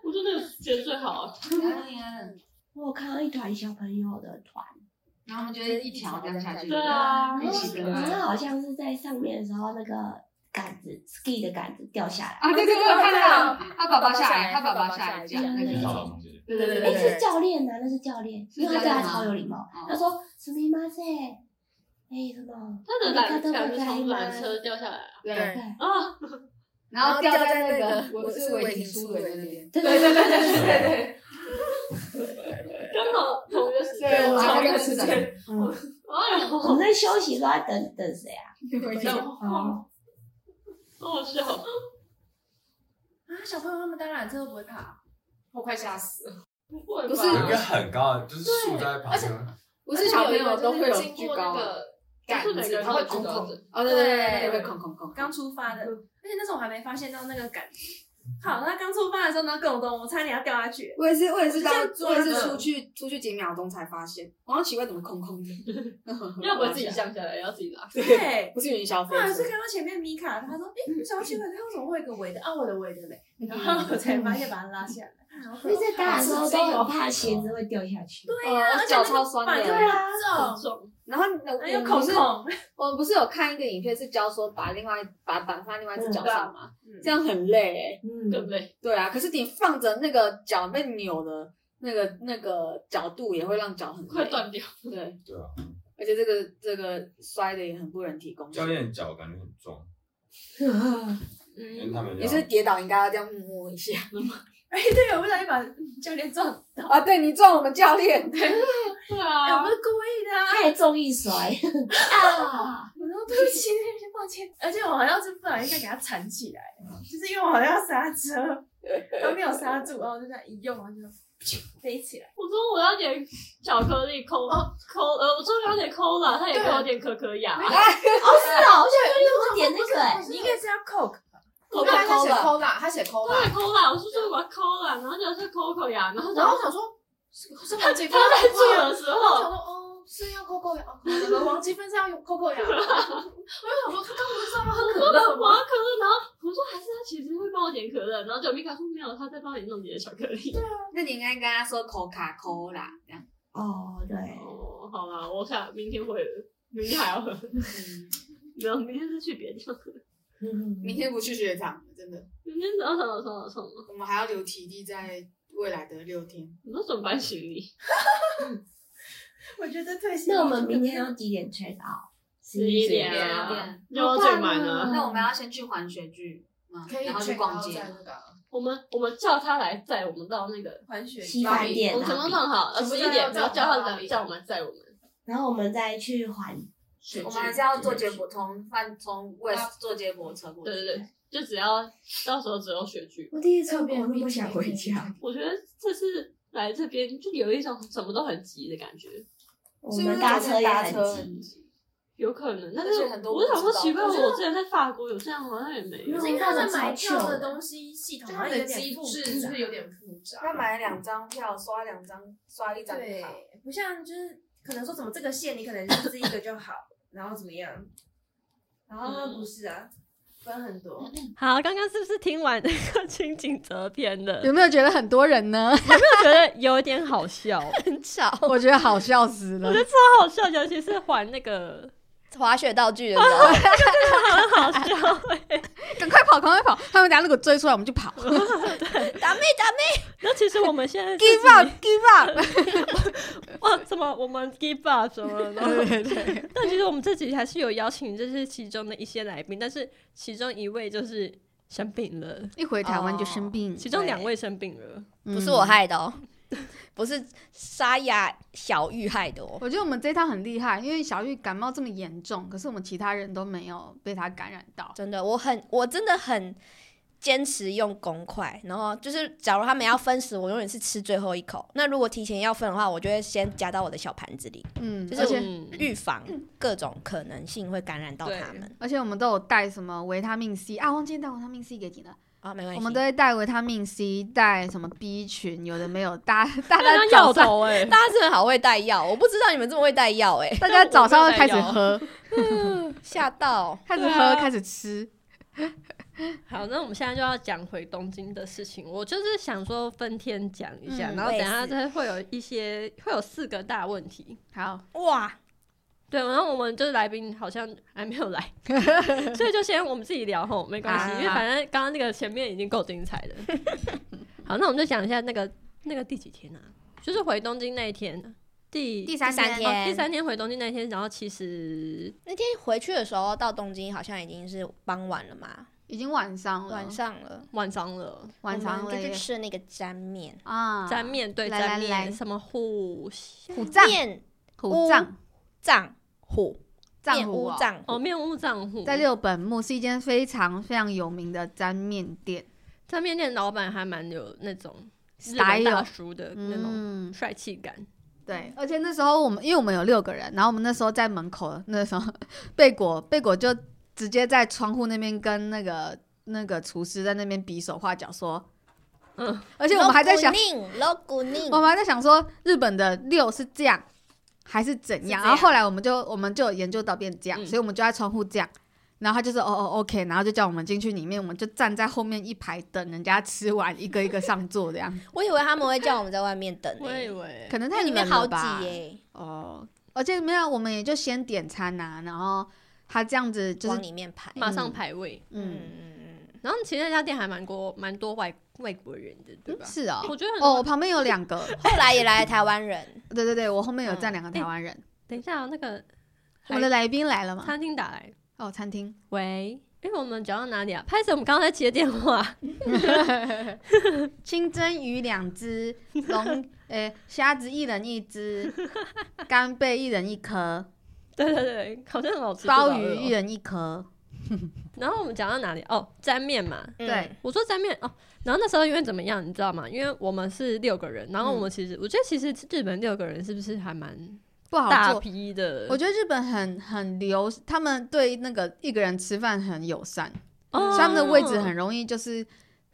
我真的觉得最好。
嗯
我有看到一团小朋友的团，
然后我们就一条这样下去。
对啊，
一起
然后
的。
好像是在上面的时候，那个杆子 ski 的杆子掉下来，
啊，对对对，我看到他爸爸下来，
啊
他爸爸下来讲那
你
个。
找姐，
对对对
哎、
对对
是。教练呐、那是教练，因为他对他超有礼貌，
教练吗
他说“什么马塞”，哎什么，
他的
他
缆
都
感
不
觉
开
从缆
吗？
车掉下来啊！
对，
啊，
然后掉在那个我是违停出轨那边。
对对对对对对对，
刚好同一个时
对，
间。
我
哎
那个是真的。
呦，
我们在休息的时候在等等谁啊？
好好笑。
啊，小朋友他们当然真的不会怕，
我快吓死了，
不会吧？
不是
有一个很高的，就是树在旁边，
不是小朋友都会有
经
惧
过
高
那
啊。
个杆子，然后
空空。哦，对
对对对
对对对
对对
对，空空空。
刚出发的，而且那时候我还没发现到那个感觉。好，他刚出发的时候呢，跟我动，我差点要掉下去。
我也是，我也是到，
我就这
我也
样
是
做
出去出去几秒钟才发现，然后奇怪怎么空空的，
要不然自己降下来，要自己拉。
对，
不是云霄
后
飞
来
车
是，看到前面米卡，他说：“哎，小奇怪，他为什么会有一个围的？啊，我的围的嘞！”然后我才发现把他拉下来。
因为在打的时候都很怕鞋子会掉下去。
对
呃
呀，
脚超酸的
板又很重，
然后我
还有
们
孔
不是
孔，
我们不是有看一个影片是教说把另外把板放在另外一只脚上吗？
嗯
这样很累哎、
嗯，
对不对？
对啊，可是你放着那个脚被扭的，那个那个角度也会让脚很累
快断掉。
对，
对啊，
而且这个这个摔的也很不人体工学
教。练脚感觉很重，因为
嗯，
他们
你
要
是跌倒应该要这样摸一下
[LAUGHS] 哎，对，我不小心把教练撞，
啊！对你撞我们教练，
对
哎，我
啊
不，是故意的啊。
太重一
[LAUGHS]
甩，
啊！我说对不起，对不起，抱歉。而且我好像是不小心再给它缠起来，就是因为我好像要刹车，它没有刹住，然后我就这样一用，然后就噗飞起来。
我说我要点巧克力扣
哦
扣，呃，我说我要点扣了，他也给我点可可啊雅，
啊
哦是哦，我 [LAUGHS] 就有点那个哎，
你应该是要啊 Coke，
我
他
被
他
抠
写
了，
抠啦，他写抠
他
啦，
也扣了，我说说我要扣了，然后就是扣可雅，然后
然后我想说，是是王积
他
分
在
在
做
做
的
的时
时
候，我
候，
想说哦，是要扣扣牙，哦可能王积分是要用扣扣牙，我就想说，他刚不是说要喝可乐
我
吗？
要可乐，然后我说还是他其实会帮我点可乐，然后就米卡说没有，他在帮你弄你的巧克力。
那你应该跟他说口卡抠啦，这样。
哦对，
哦，好啦，我想明天会，明天还
[LAUGHS]
要喝，没有，明天是去别地方喝，
嗯
明天不去学堂，真的，
明天早上早上上了，
我们还要留体力在未来的六天。
你说怎么搬行李？
我觉得退行。
那我们明天要几点 check out？
十一点
11
啊
点，
又要最满了。
那我们要先去环学剧吗？
可以
然后去
全
逛
包
街
在。那个，
我们我们叫他来载我们到那个，
环雪
西饭店
我们
啊
什么都弄好，
什
呃
么
十
都
一
要
点，
载
然后叫他
到哪
来
里
叫我们载我们。
然后我们再去环水
我
剧
们还是要坐接驳，从饭从 West 坐接驳车过去。
对对对，就只要到时候只有雪具。
我第一次出国那么想回家，
我觉得这次来这边就有一种什么都很急的感觉，
我们搭车也很急，
有可能。但
而
是
且很多
我想
不
说
知道
奇怪，
我觉
我之前在法国有这样，好像也没有
因。
是
为
因为他们
超
买票的
糗
东西系
就
统
他
好像
们的
有点
机
复
制
杂，
是不是有点复杂？
他买了两张票，刷两张，刷一张
对
卡。，
不像就是可能说什么这个线你可能就是一个就好，然后怎么样，然后不是啊，分很多。
好，刚刚是不是听完 [LAUGHS] 那个清景泽篇
[LAUGHS]
的，
有没有觉得很多人呢？ [LAUGHS]
就觉得有点好 [LAUGHS] 笑？
[LAUGHS] 很吵，
我觉得好笑死了
我觉。得超好笑，尤其是还那
[LAUGHS]
个
滑雪道具的，你知道吗？
很好笑。
赶快跑，赶快跑！他们等下如果追出来，我们就跑。
打妹打妹，
那其实我们现在
give up，give up！
[LAUGHS] 哇，什么我们 give up 什么
[LAUGHS]
的。
对对对，
但其实我们这集还是有邀请，就是其中的一些来宾，但是其中一位就是生病了，
一回台湾就生病，
其中两位生病了。
嗯
不是我。害的哦， [LAUGHS] 不是沙哑小玉害的哦。
我觉得我们这一趟很厉害，因为小玉感冒这么严重，可是我们其他人都没有被她感染到。
真的，我很，我真的很坚持用公筷，然后就是，假如他们要分食，我永远是吃最后一口。那如果提前要分的话，我就会先夹到我的小盘子里，
嗯，
就是
而且
嗯
预防各种可能性会感染到
对
他们
而且我们都有带什么维他命 C 啊，忘记带维他命 C 给你了。
啊，没关系。
我们都会带维他命 C，带什么 B 群，有的没有。
[LAUGHS]
大家大
他
家
当
早
药
上
头哎、
大家真的好会带药，我不知道你们这么会带药哎、
大家早上会开始喝，
吓到！
开始
对
喝，
啊
开始吃。嗯
好，那我们现在就要讲回东京的事情。我就是想说分天讲一下，
嗯
然后等一
我
下
也是
就是会有一些会有四个大问题。
好，
哇，
对，然后我们就是来宾好像还没有
[LAUGHS]
来，所以就先我们自己聊吼，没关系，
好
因为反正刚刚那个前面已经够精彩
[LAUGHS]
了。好，那我们就讲一下那个那个第几天啊？就是回东京那一天，啊第
第
第
三
第三天
哦、第三天回东京那一天，然后其实
那天回去的时候到东京好像已经是傍晚了嘛，
已经晚上了，
晚上了，
晚上了，
晚上
我
了
们就
耶
去吃那个沾面，
啊！
沾面对
来来
沾面，
来
什么虎
虎藏
面
虎藏
藏虎
藏
嗯面
虎
屋
哦
藏
哦面屋藏虎，
在六本木是一间非常非常有名的沾面店
沾面店老板还蛮有那种日本大
，style，
叔的那种
嗯，
帅气感。
对，而且那时候我们因为我们有六个人，然后我们那时候在门口，那时候贝果贝果就直接在窗户那边跟那个那个厨师在那边比手画脚说，
嗯，
而且我们还在想，
老古宁
我们还在想说日本的六是这样还是怎样，
是这样
然后后来我们就我们就有研究到变这样，
嗯
所以我们就在窗户这样。然后他就说哦哦 OK，然后就叫我们进去里面，我们就站在后面一排等人家吃完，一个一个上座这样。
我以为他们会叫我们在外面等、
我
欸
以，为
可能
那
太
里面
冷
好
了
挤
吧？
耶、
哦，而且没有，我们也就先啊点餐呐、然后他这样子就
往
是
里面排。
马上排位，
嗯，
嗯，
然后其实那家店还蛮多蛮多外外国人的，对吧？
是哦
我，觉得很多
哦，我旁边有两
[LAUGHS]
个，
后来也来了台湾人，
对对对，我后面有站
嗯
两个
哎
台湾人。
等一下哦、那个
我们的来宾来了吗？
餐厅打来，
哦，餐厅，哦
喂，哎、我们讲到哪里啊？拍摄我们刚刚在接电话， [LAUGHS]
清蒸鱼两只，龙呃虾子一人一
[LAUGHS]
只，干贝一人一颗，
对对对，好像很好吃，
鲍
肚子好
鱼
饿
一
哦
人一颗。
然后我们讲到哪里？哦，沾面嘛，
嗯
对，
我说沾面哦，然后那时候因为怎么样，你知道吗？因为我们是六个人，然后我
嗯
们其实、我觉得其实日本六个人是不是还蛮
不好
大
做。
批的？
我觉得日本很很流，他们对那个一个人吃饭很友善，
哦
所以他们的位置很容易就是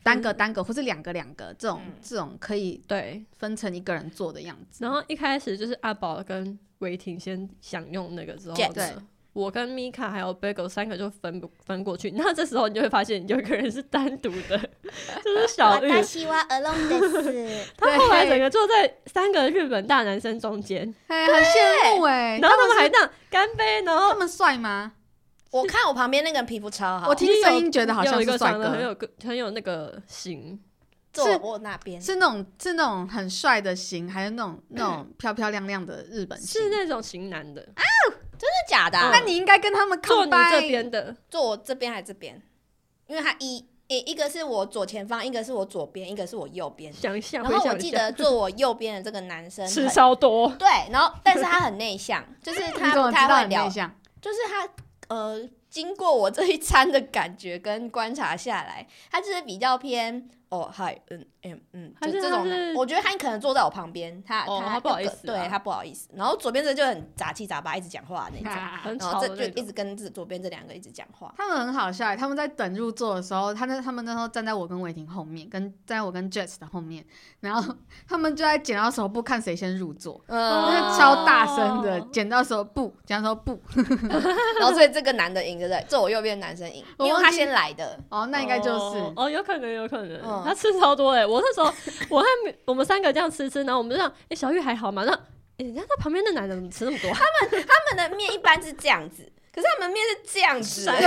单个单个或是两个两个这种
嗯
这种可以
对。
分成一个人坐的样子。
然后一开始就是阿宝跟维婷先享用那个之后
见
对
呢，我跟米卡还有 Bagel 三个就分不分过去。那这时候你就会发现有一个人是单独的， [LAUGHS] 就是
啊
小玉。
希望 alone 的
他后来整个坐在三个日本大男生中间，
哎，很羡慕哎、
然后他们还这样干杯，然
他
后
们帅吗？
我看我旁边那个人皮肤超好，
我 [LAUGHS] 听声音觉得好像
有一
是
个
帅
长得很
哥，
有个很有那个型，
坐我那边，
是那种是那种很帅的型，还是那种那种漂漂亮亮的日本型？啊
嗯是那种型男的，
真的假的啊？
那你应该跟他们
坐
抗
你
掰
这边的，
坐我这边还是这边？因为他一诶，一个是我左前方，一个是我左边，一个是我右边。
想一下，
然后
回
我
想一
记
下
得坐我右边的这个男
[LAUGHS]
生
吃
很
超多，
对，然后但是他很内向，就是
你
他
怎么
不
知
太
道
会
很
聊
内，向？
就是他呃，经过我这一餐的感觉跟观察下来，他就是比较偏哦嗨嗯嗯嗯，
还
就是这
他
种
是
人。我觉得他可能坐在我旁边，他
哦他
他
不好
那个
意思啊
对他不好意思。然后左边这就很杂七杂八，一直讲话那种。
很
然
吵
后
的
这就
那
一
种。
直跟这左边这两个一直讲话，
[LAUGHS] 他们很好笑欸，他们在等入座的时候，他那他们那时候站在我跟伟霆后面，跟站在我跟 Jess 的后面，然后 [LAUGHS] 他们就在剪刀手布看谁先入座，
嗯
那
哦
个超大声的剪刀手布，剪刀手布。
然后所以这个男的赢，对不对？坐我右边的男生赢，
我
因为
忘
他
记
先来的。
哦，那应该就是、
哦哦，有可能，有可能，
嗯
他吃超多哎！我那时候我还没，我们三个这样吃吃，然后我们就想，哎，小玉还好吗？那哎，人家在旁边那男的怎么吃那么多？啊
他们的面一般是这样
[LAUGHS]
子，可是他们面是这样子，
对，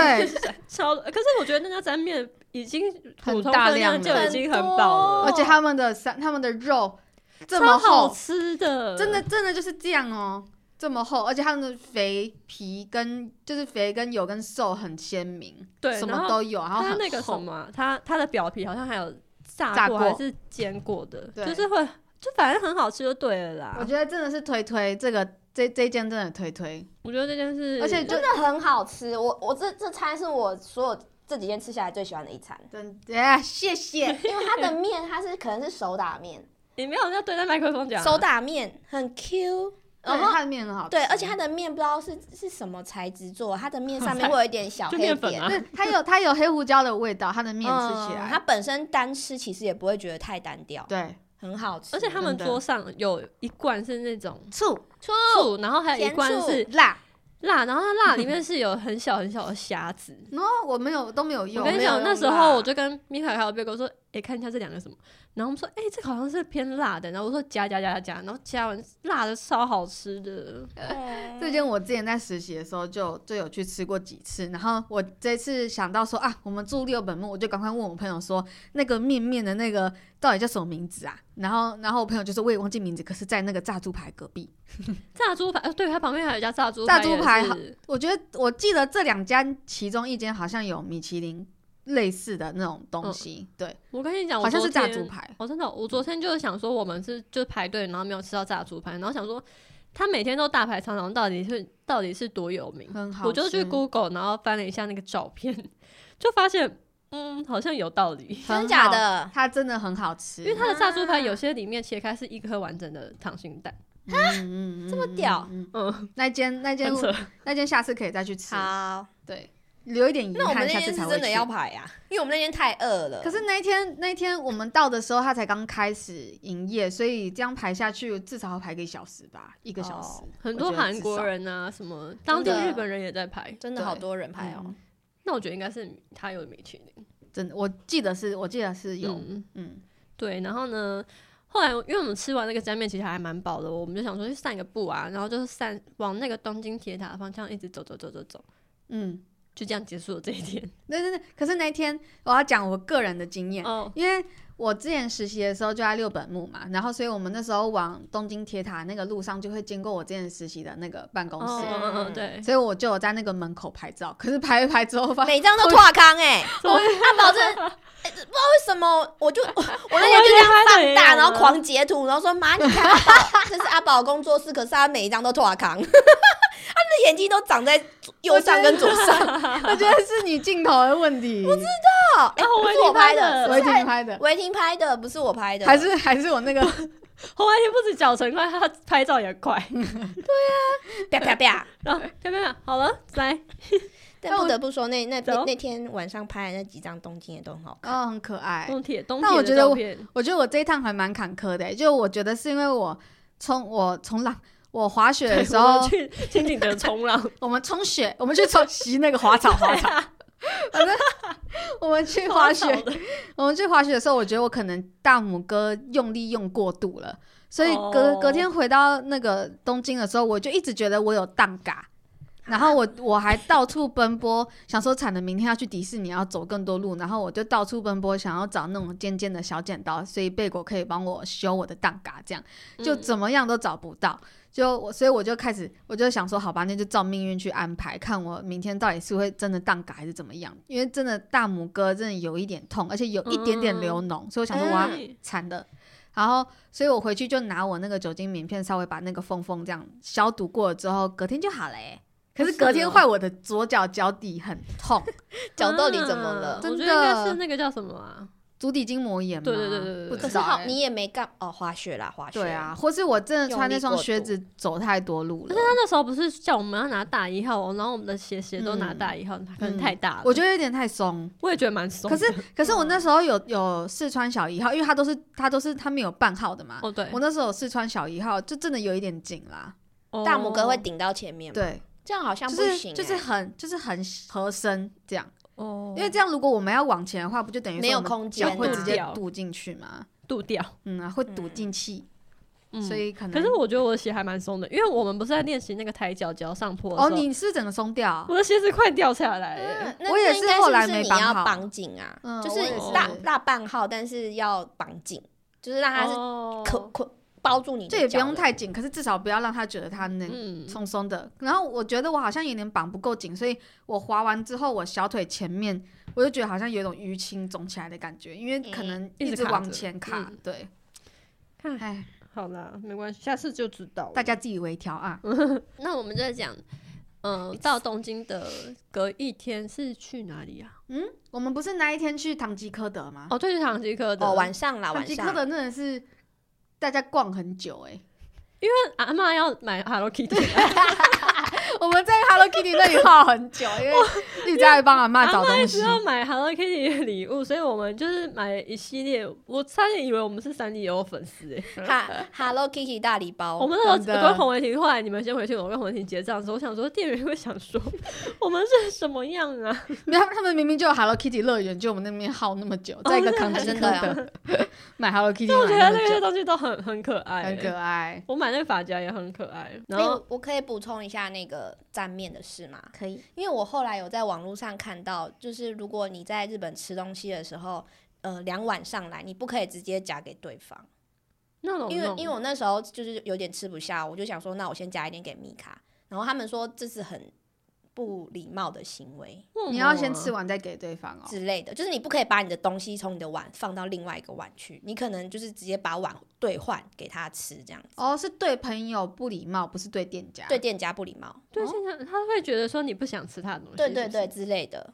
啊超，可是我觉得那家沾面已经
很
普通
大
分量
量
就
了
已经很饱了，
而且他们的三他们的肉这
超
么
好
厚，
吃的，
真的真的就是这样哦，这么厚，而且他们的肥皮跟就是肥跟油跟瘦很鲜明，
对
什
然
么
后
都有，然后
它
很
那个什
厚
么啊，它它的表皮好像还有炸
炸
过
过
还是煎过的，
对
就是会就反正很好吃就对了啦。
我觉得真的是推推这个这这一间真的推推，
我觉得这件事，
而且就
真的很好吃。我我这这餐是我所有这几天吃下来最喜欢的一餐，。
真的谢谢
[LAUGHS]
因为它的面它是可能是手打面，
你没有要对着麦克风讲啊，
手打面很 Q，然
然
后
后。它的面很好吃，
对，而且它的面不知道是是什么材质做，它的面
[LAUGHS]
上面会有一点小
就
黑
面
点，
粉啊，
对它有它有黑胡椒的味道，它的面吃
嗯
起来，
它本身单吃其实也不会觉得太单调，
对
很好吃。
而且他们
真的
桌上有一罐是那种
醋
醋，然后还有一
甜
罐
醋
是
辣，
辣，然后它辣里面是有很小很小的虾子。
然后我没有都没有
我
用，
跟你
没有
讲，那
用
时候
辣
我就跟米卡还有贝哥说：“哎、看一下这两个什么。”然后我们说：“哎、这个好像是偏辣的。”然后我说：“加加加加加。”然后加完辣的超好吃的，
嗯
这间我之前在实习的时候就就有去吃过几次，然后我这次想到说啊，我们住六本木，我就赶快问我朋友说那个面面的那个到底叫什么名字啊？然后然后我朋友就说我也忘记名字，可是在那个炸猪排隔壁。
炸猪排，呃对，它旁边还有一家炸猪
炸猪排
也是
好我觉得我记得这两家其中一间好像有米其林类似的那种东
嗯
西，对，
我跟你讲，我
好像是
昨
炸
天
猪。排。
哦，真的哦，我昨天就是想说，我们是就排队，然后没有吃到炸猪排，然后想说他每天都大排长龙，到底是到底是多有名？
嗯
很好吃，
我就去 Google，然后翻了一下那个照片，就发现嗯，好像有道理。
很
真假
好，啊
的，
它真的很好吃，
因为它的炸猪排有些里面切开是一颗完整的溏心蛋，
嗯嗯嗯
这么屌
嗯，嗯
嗯，
那间那间
很扯。
那间下次可以再去吃，
好，
对，留一点遗
那我们
憾，
那
下
天
次
是
才会
真的
去。
要排呀、因为我们那天太饿了。
可是那一天那一天我们到的时候，它才刚开始营业，所以这样排下去至少要排个一小时吧，一个小时。
哦
很
我
多
觉得
韩
至
国
少
人啊，什么当地
真的
日本人也在排。
真的
对
好多人排哦、
嗯
那我觉得应该是他有米其林。
真的，我记得是，我记得是有，
嗯
嗯，
对，然后呢，后来因为我们吃完那个沾面，其实还蛮饱的，我们就想说去散个步啊，然后就是散往那个东京铁塔的方向一直走走走走走，
嗯，
就这样结束了这一
[LAUGHS]
天。
对对对，可是那一天我要讲我个人的经验，
哦，
因为我之前实习的时候就在六本木嘛，然后所以我们那时候往东京铁塔那个路上就会经过我之前实习的那个办公
嗯
室，
嗯嗯，对，
所以我就有在那个门口拍照。可是拍一拍之后发现，
每张都拓康
[LAUGHS]
哎、我他保证、哎不知道为什么，我就
[LAUGHS]
我我那天就这样放大，然后狂截图，然后说妈，你看阿
[LAUGHS]
宝，这是阿宝工作室，可是他每一张都拓康， [LAUGHS] 他的眼睛都长在右上跟左
[LAUGHS]
上。
我觉得是你镜头的问
[LAUGHS]
题，不知
哦，哎、
啊
不是我拍的，
我已经拍的，
维婷拍的，不是我拍的，
还是 [LAUGHS] 还是我那个，
红外天不止脚程快，他拍照也快。
啪啪
[LAUGHS]
啪。
然后啊漂亮，好了，来，
但不得不说，那那
走
那那天晚上拍的那几张东京也都很好看。
[LAUGHS] 哦，很可爱。
东铁东
但我
铁
觉
的
得
照
我
片，
我觉得我这一趟还蛮坎坷的欸，就我觉得是因为我冲我冲浪，我滑雪的时
对我
候
们，去天井的冲浪，
我们冲雪，我们去冲 [LAUGHS] 洗那个滑草，滑草。反正 [LAUGHS] 我们 [LAUGHS] 去滑雪，
超吵的
我们去滑雪的时候，我觉得我可能大拇哥用力用过度了，所以隔、
哦
隔天回到那个东京的时候，我就一直觉得我有荡嘎。然后我我还到处奔波，想说惨了，明天要去迪士尼，要走更多路。然后我就到处奔波，想要找那种尖尖的小剪刀，所以贝果可以帮我修我的荡嘎，这样 [LAUGHS] 就
嗯
怎么样都找不到。就我，所以我就开始，我就想说，好吧，那就照命运去安排，看我明天到底是会真的荡嘎还是怎么样。因为真的大拇哥真的有一点痛，而且有一点点流脓，所以我想说我要
嗯
惨的。然后，所以我回去就拿我那个酒精棉片稍微把那个缝缝这样消毒过了之后，隔天就好了欸。可是隔天坏我的左脚脚底很痛，
角豆里怎么
啊
了？
我
真
觉得应该
的
是那个叫什么啊？
足底筋膜炎嘛。
对对对对对
不
对
知
可是
道
好，
欸
你也没干哦，滑雪啦，滑雪。
对啊，，或是我真的穿那双
用力过
靴
度
子走太多路了。
那时候不是叫我们要拿大一号，哦然后我们的鞋鞋都拿大一号，可能太大了。
嗯我觉得有点太松，
我也觉得蛮松
可
的。
是可是我那时候有有试穿小一号，因为它都是它都是它没有半号的嘛。
哦对
我，那时候有试穿小一号，就真的有一点紧啦。
大拇哥会
哦
顶到前面吗？，
对，
这样好像
就
不
是
行欸，
就是很就是很合身这样，
哦，
因为这样如果我们要往前的话，不就等于说
没有
我们
空
脚
间
会
啊
直接
掉
堵进去嘛？
度掉。
嗯啊，会堵进气，
嗯，
所以可能
可是我觉得我的鞋还蛮松的，因为我们不是在练习那个抬脚脚上坡的
哦，
时候
你是不是整个松掉啊
我，的鞋子快掉下来了。
嗯那
我也
那
是
应该
后来
是不
没
是
绑
你要
好
绑紧啊，
嗯
就
我
是
也
是
大大半号，但是要绑紧，就是让它是
哦
捆捆包住你的
这
脚的。
也不用太紧，可是至少不要让他觉得他那个
嗯，
松松的。然后我觉得我好像有点绑不够紧，所以我滑完之后，我小腿前面我就觉得好像有一种淤青肿起来的感觉，因为可能
一
嗯一
直
直
卡
往
着
前卡。
嗯
对，
看
哎，
好啦，没关系，下次就知道了。
大家自以为调啊。
那我们就讲，嗯、到东京的隔一天是去哪里啊？
嗯，我们不是那一天去唐吉诃德吗？
哦，对，去唐吉诃德。
哦，晚上啦，
唐
晚
吉诃
上
德真的是大家逛很久哎、
[LAUGHS] 阿妈要买 Hello Kitty，
[LAUGHS] 我们在 Hello Kitty 那里耗很久，因 [LAUGHS] 为一直在帮阿妈
阿
找
妈
东
一
西
直。 [LAUGHS] 要买 Hello Kitty 的礼物，所以我们就是买一系列。我差点以为我们是三 D 有粉丝哎、
哈 Hello Kitty 大礼
我
包，
们那时
真
候
的
跟洪伟霆，后来你们先回去，我跟洪伟霆结账的时候，我想说 [LAUGHS] 店员会想说我们是什么样 [LAUGHS] 啊？
没有，他们明明就有 Hello Kitty 乐园，就我们那边耗那么久，在一个唐吉
真
诃
的啊
德 [LAUGHS] 买 Hello Kitty，
我觉
买那
得那
么
些
久，
东西都很很可爱、欸
欸
很可爱。
我买那个发夹也很可爱，然
哎
后、
我可以补充一下那个蘸面的事吗？
可以，
因为我后来有在网络上看到，就是如果你在日本吃东西的时候，呃，两碗上来，你不可以直接夹给对方，
那
哦
种
因为因为我那时候就是有点吃不下，我就想说，那我先夹一点给米卡，然后他们说这是很不礼貌的行为
你要先吃完再给对方哦。
之类的，就是你不可以把你的东西从你的碗放到另外一个碗去，你可能就是直接把碗兑换给他吃这样子，
哦，是对朋友不礼貌，不是对店家。
对，店家不礼
哦
貌。
对现在他会觉得说你不想吃他的东西，
哦对对对，之类的。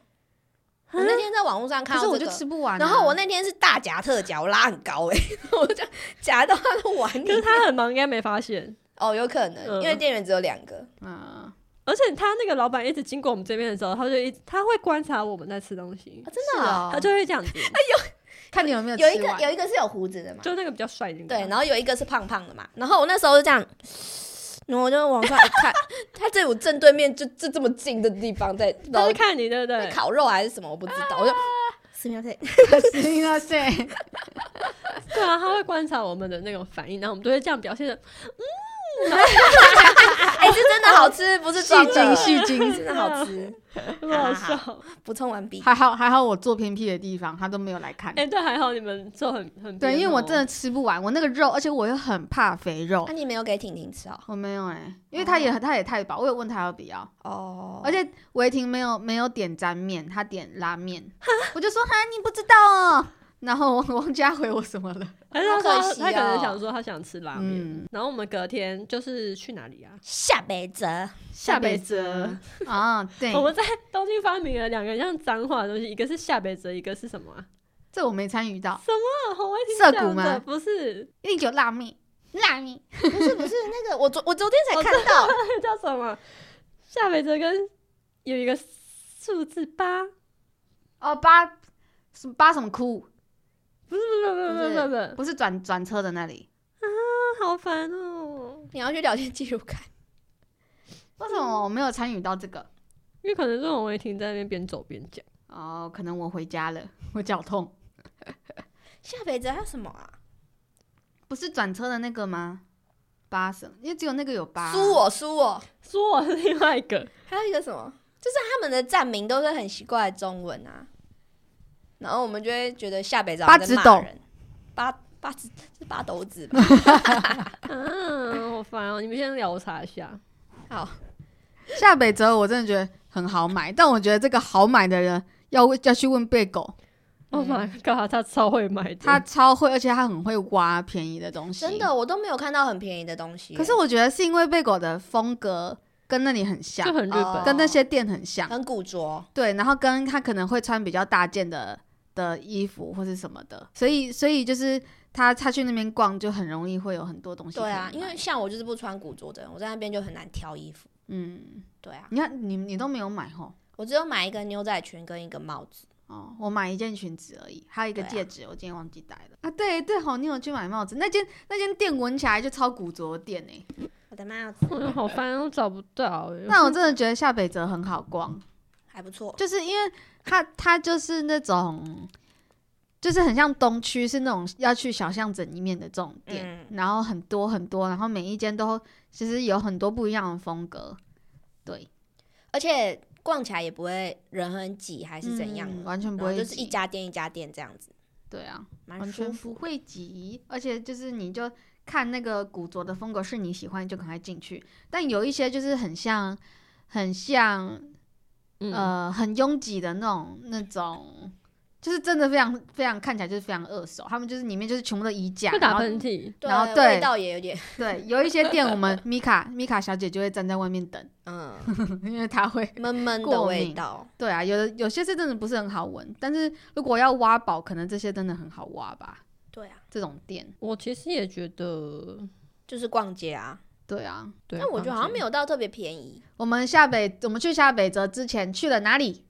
我那天在网络上
可
看到、
是
这个，
我就吃不完啊。
然后我那天是大夹特夹，我拉很高哎、 [LAUGHS] 我就夹到他的碗
可是
里。
他很忙，应该没发现。
哦，有可能，因为店员只有两个。
嗯，
而且他那个老板一直经过我们这边的时候，他就一直他会观察我们在吃东西，
真
是
啊、
他
哦，
就会这样子。
看你有没有
有一
吃
个
完。
有
[LAUGHS]
一个是有胡子的嘛，
就那个比较帅的那个，
对，然后有一个是胖胖的嘛。然后我那时候就这样， [SNIFFS] 然后我就往上 [COUGHS] 一看，他在我正对面就就这么近的地方在，然
他
后
是看你对不对？
烤肉还是什么我不知道，我就。哎十 [LAUGHS] 秒内，
是啊，
[LAUGHS]
对，
[LAUGHS]
对啊，他会观察我们的那种反应，然后我们就会这样表现的，嗯，
哎、这真的好吃，不
[LAUGHS]
是装的，
戏精戏精
真的好吃。
很好笑。
补充完毕，
还好还好，我做偏僻的地方他都没有来看。
[LAUGHS] 哎，对，还好你们做很很
对，因为我真的
的
吃不完，我那个肉，而且我又很怕肥肉
啊那、。你没有给婷婷吃哦？
我没有哎、因为他也他也太饱，我有问他要不要，
哦，
而且维婷没有没有点沾面，他点拉面，我就说哈你不知道哦， [LAUGHS] 然后王王家回我什么了？
还是他
好可
说
惜
他可能
哦
想说他想吃拉面，
嗯，
然后我们隔天就是去哪里啊？
下辈子
下北泽，
啊，对，
我们在东京发明了两个像脏话的东西，一个是下北泽，一个是什么啊？
这我没参与到，
啊，红威婷
涩
这
谷
样
吗
子不是， [LAUGHS]
一定有拉面，拉面
不是不是那个，我昨我昨天才
哦
看到，
那叫什么？下北泽跟有一个数字八，
哦八什么八什么窟，
不是不是不是不是不是，
不是转转车的那里，
啊，好烦哦。
你要去聊天记录看。
为什么我没有参与到这个？
因为可能是红威婷在那边边走边讲，
哦，可能我回家了， [LAUGHS] 我脚痛。
下辈子还有什么啊？
不是转车的那个吗？八什么？因为只有那个有八、
输我输我，
说我是另外一个，
还有一个什么？就是他们的站名都是很奇怪的中文啊，然后我们就会觉得下辈子好像在骂人，八八子是八斗子吧？
嗯，好烦哦。你们先聊，我查一下。
好，
下北泽，我真的觉得很好买，但我觉得这个好买的人要要去问贝狗，
Oh my god，他超会买的，
他超会，而且他很会挖便宜的东西。
真的，我都没有看到很便宜的东西耶，
可是我觉得是因为贝狗的风格跟那里很像
就，很日
哦
本。
跟那些店很像。
很古着。
对，然后跟他可能会穿比较大件的的衣服或是什么的，所以所以就是他他去那边逛就很容易会有很多东西可以
对
买。
啊，因为像我就是不穿古着的人，我在那边就很难挑衣服。
嗯，
对啊，
你看你你都没有买吼。
我只有买一个牛仔裙跟一个帽子。
哦，我买一件裙子而已，还有一个
对啊
戒指，我今天忘记带了啊。对对，好，你有去买帽子？那间那间店闻起来就超古着的店哎、
我的帽子 [LAUGHS]
嗯，好烦，我找不到哎。
但我真的觉得下北泽很好逛，
还不错，
就是因为它它就是那种，就是很像东区是那种要去小巷子里面的这种店，
嗯
然后很多很多，然后每一间都其实有很多不一样的风格，对，
而且逛起来也不会人很挤，还是怎样
嗯
的，
完全
然
不
后
会
就是一
挤
家店一家店这样子，
对啊，
蛮
完
舒
全不
服。
会挤，而且就是你就看那个古着的风格是你喜欢就赶快进去，但有一些就是很像很像、
嗯，
呃很拥挤的那种那种。就是真的非常非常看起来就是非常二手，他们就是里面就是全部的衣架，
会
然
打
后
喷嚏，
对啊
然后对
味道也有点，
对，有一些店我们米卡米卡小姐就会站在外面等，
嗯，
因为她会。
闷闷的
过
味
敏
道。
对啊，有的有些是真的不是很好闻，但是如果要挖宝，可能这些真的很好挖吧。
对啊，
这种店，
我其实也觉得，
就是逛街啊，
对啊，
对，
但我觉得好像没有到特别便宜。
我们下北我们去下北泽之前去了哪里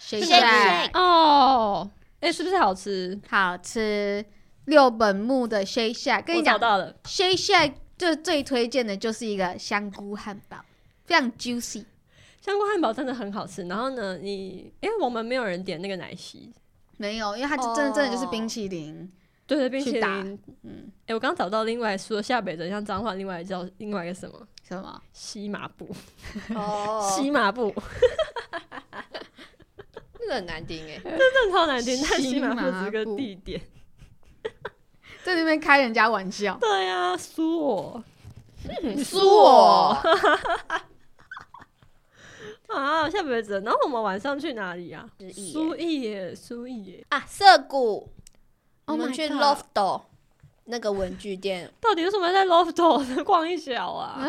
Shake
Shack
Shack
哦。哎，是不是好吃？
好吃六本木的 Shake Shack，跟你
我找
讲
到了，
，Shake Shack 最最推荐的就是一个香菇汉堡，非常 juicy。
香菇汉堡真的很好吃。然后呢，你因为我们没有人点那个奶昔，
没有，因为它就真的真的就是冰
哦
淇淋，
对对，冰淇
去打
淋。
嗯，
哎，我刚找到另外除了下北泽，像彰化，另外叫另外一个什么
什么？
西麻布，
哦， [LAUGHS]
西麻布
那个很难听哎，
真的超难听，但西麻布
西麻
只是个
布
地点。
在那边开人家玩笑。
对呀，输我
嗯
输我。
啊！下北泽，然后我们晚上去哪里啊？
失忆耶
苏毅耶，苏毅耶，
啊，涩谷，我
Oh
们
my
去
god 哦
Lofto 那个文具
[LAUGHS]
店，
到底为什么在 Loft [LAUGHS] 逛一小啊？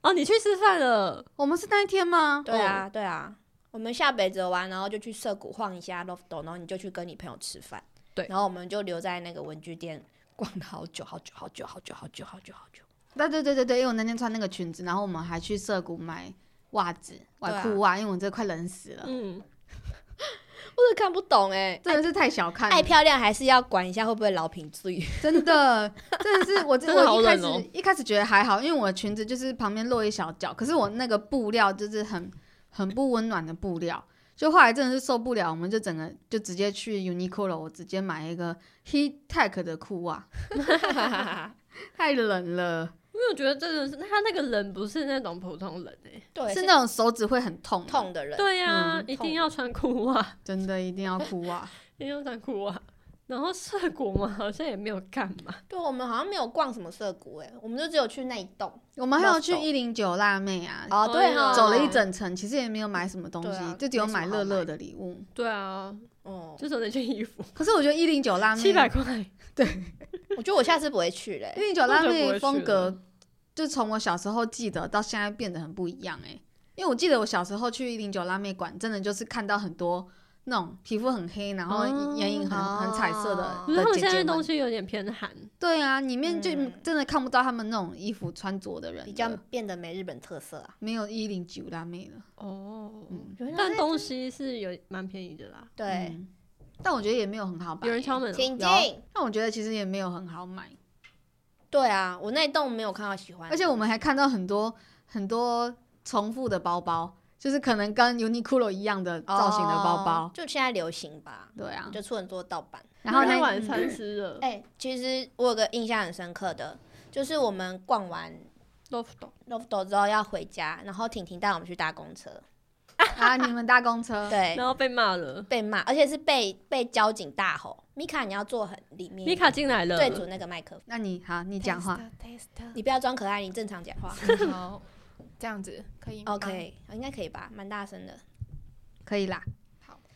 哦，你去吃饭了，
我们是那一天吗？
对啊，对啊，我们下北泽玩，然后就去涩谷晃一下 Lofto，然后你就去跟你朋友吃饭。
对
然后我们就留在那个文具店逛了好久，好久，好久，好久，好久，好久，好久。
对对对对对，因为我那天穿那个裙子，然后我们还去涩谷买袜子、
对
买
啊
裤袜，因为我真的快冷死了，
嗯，
我是看不懂哎、
真的是太小看
爱
了，
漂亮还是要管一下会不会老品醉。
真的真的是我
真的好
我一开始、
冷哦
一开始觉得还好，因为我的裙子就是旁边落一小角，可是我那个布料就是很很不温暖的布料。就后来真的是受不了，我们就整个就直接去 Uniqlo，我直接
[LAUGHS]
买一个 Heat Tech 的裤袜，太冷了。
因为为我觉得真的是他那个人不是那种普通人哎、
[LAUGHS] 对，
是那种手指会很痛的，
痛的人，
对呀、
嗯
一
痛
定要穿裤袜，
真的一定要哭啊！
一定要穿裤袜。然后涩谷嘛，好像也没有干嘛。
对我们好像没有逛什么涩谷哎，我们就只有去那一栋。
我们还有去
那种
一零九辣妹啊，
哦，对哈，
走了一整层，其实也没有买什么东
对啊
西，就只有
没什么
买
好
乐乐
买
的礼物。
对啊，
哦，
就是那件衣服，
可是我觉得一零九辣妹，
七百块。
我觉得我下次不会去嘞
一。零九辣
那就不
妹
会去
风
了
格，就从我小时候记得到现在变得很不一样哎、因为我记得我小时候去一零九辣妹馆，真的就是看到很多那种皮肤很黑，然后
哦
眼影很、很彩色
哦
的
可是
的
他们
姐
现在
姐
东
们。
西有点偏寒，
对啊，里面就
嗯
真的看不到他们那种衣服穿着的人了，
比较变得没日本特色啊。
没有一零九辣妹了。
哦，
嗯，
但东西是有蛮便宜的啦。
对，
嗯但我觉得也没有很好买欸。
有人敲门哦了，
婷
有
婷，
但我觉得其实也没有很好买，
对啊，我那一栋没有看到喜欢的，
而且我们还看到很多很多重复的包包，就是可能跟 Uniqlo 一样的造型的包包。
哦就现在流行吧，
对啊，
就出很多盗版。
然后
那
那
晚
嗯
餐吃了
哎、其实我有个印象很深刻的，就是我们逛完
loft，
Lofto 之后要回家，然后婷婷带我们去搭公车，
[LAUGHS] 啊，你们搭公车，
对，
然后被骂了。
被骂，而且是被被交警大吼，米卡你要坐很里面，
米卡进来了，
对准那个麦克风，
那你好，你讲话。 [LAUGHS]
你不要装可爱，你正常讲
[LAUGHS]
话。
好，这样子可以吗
OK，应哦该可以吧，蛮大声的。
可以啦，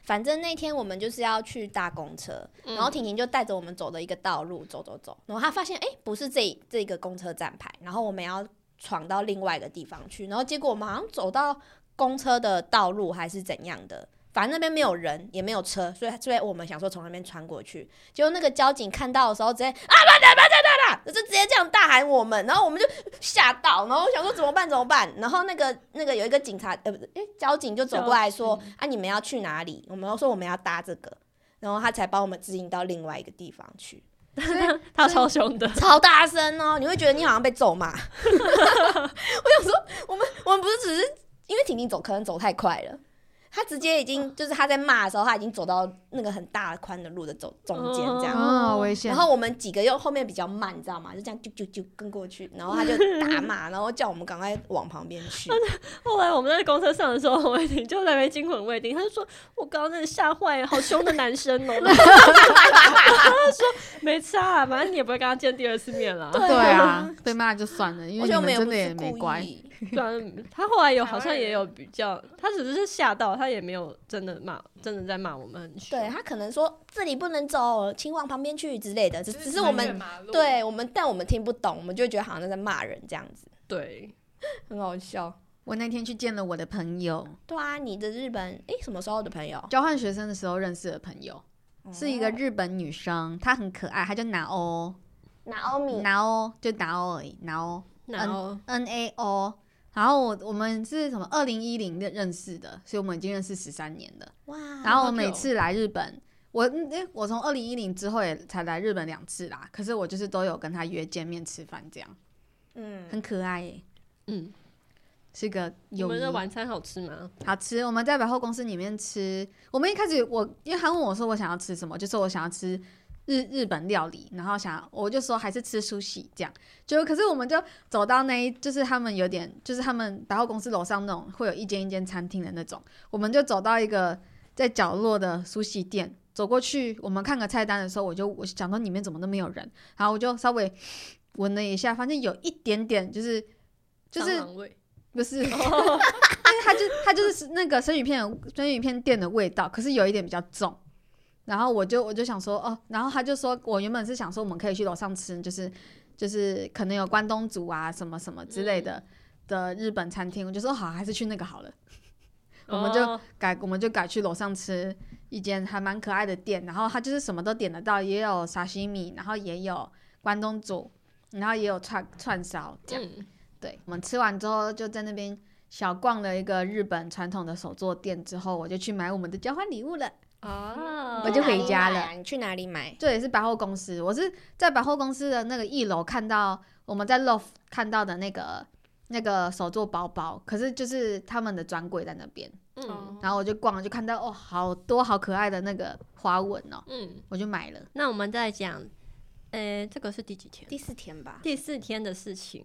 反正那天我们就是要去搭公车，
嗯
然后婷婷就带着我们走的一个道路走走走，然后她发现哎、诶不是这一这个公车站牌，然后我们要闯到另外一个地方去，然后结果我们好像走到公车的道路还是怎样的。反正那边没有人，也没有车，所以所以我们想说从那边穿过去。结果那个交警看到的时候，直接啊，慢点，慢点，慢点，就直接这样大喊我们，然后我们就吓到，然后我想说怎么办怎么办？然后那个那个有一个警察，呃，不是，诶交警就走过来说啊，你们要去哪里？我们都说我们要搭这个，然后他才把我们指引到另外一个地方去，
他超凶的，
超大声哦，你会觉得你好像被咒 [LAUGHS] 骂。我想说，我们我们不是只是因为婷婷走可能走太快了。他直接已经就是他在骂的时候，他已经走到那个很大宽的路的走中间这样，
啊、好危险。
哦然后我们几个又后面比较慢，你知道吗？就这样啾啾啾跟过去，然后他就打骂，
[LAUGHS]
然后叫我们赶快往旁边去。
啊
后来我们在公车上的时候，洪伟霆就在那边惊魂未定，他就说：“我刚刚真的吓坏了，好凶的男生哦。” [LAUGHS] 然后他说：“没差、啊，反正你也不会跟他见第二次面啦。
对啊，被骂就算了，因
我
为
觉
你
得我
们
们也
真
不
的
是
也没
故
乖。
意，”
[LAUGHS] 对啊，他后来有
台湾
好像也有比较，他只是吓到，他也没有真的骂，真的在骂我们很凶。
对他可能说这里不能走，请往旁边去之类的，只只是我
穿越
们
马路
对我们，但我们听不懂，我们就会觉得好像在骂人这样子，
对，
很好笑。
我那天去见了我的朋友，
对啊，你的日本诶，什么时候的朋友？
交换学生的时候认识的朋友，是一个
哦
日本女生，她很可爱，她叫拿欧，
拿欧米，
拿欧就拿欧而已，拿欧。
然后
N A O，然后我我们是什么二零一零认识的，所以我们已经认识十三年了。
哇，
啊
然后我每
久
次来日本，我嗯
哦
诶我从二零一零之后也才来日本两次啦，可是我就是都有跟他约见面吃饭，这样
嗯，
很可爱耶、
嗯，
是个
我
友
们
谊
的晚餐好吃吗？
好吃。我们在百货公司里面吃，我们一开始我因为他问我说我想要吃什么，就说我想要吃日日本料理，然后想我就说还是吃苏喜这样。就可是我们就走到那一，就是他们有点，就是他们百货公司楼上那种会有一间一间餐厅的那种，我们就走到一个在角落的苏喜店。走过去，我们看个菜单的时候，我就我想说里面怎么都没有人，然后我就稍微闻了一下，发现有一点点就是就是
蟑螂味
不是，但是它就它就是那个生鱼片的生鱼片店的味道，可是有一点比较重。然后我就我就想说哦，然后他就说，我原本是想说我们可以去楼上吃，就是就是可能有关东煮啊什么什么之类的、的日本餐厅，我就说哦好，还是去那个好了。我们就
哦
改我们就改去楼上吃一间还蛮可爱的店，然后它就是什么都点得到，也有沙西米，然后也有关东煮，然后也有串串烧这样。
嗯，
对，我们吃完之后就在那边小逛了一个日本传统的手作店，之后我就去买我们的交换礼物了。
啊，
我就回家了
你去哪里买啊。你去哪里买？
这也是百货公司，我是在百货公司的那个一楼看到我们在 loft 看到的那个那个手作包包，可是就是他们的专柜在那边，
嗯
然后我就逛了，就看到哦，好多好可爱的那个花纹哦，
嗯。
我就买了。
那我们再讲，呃，这个是第几天？
第四天吧。
第四天的事情，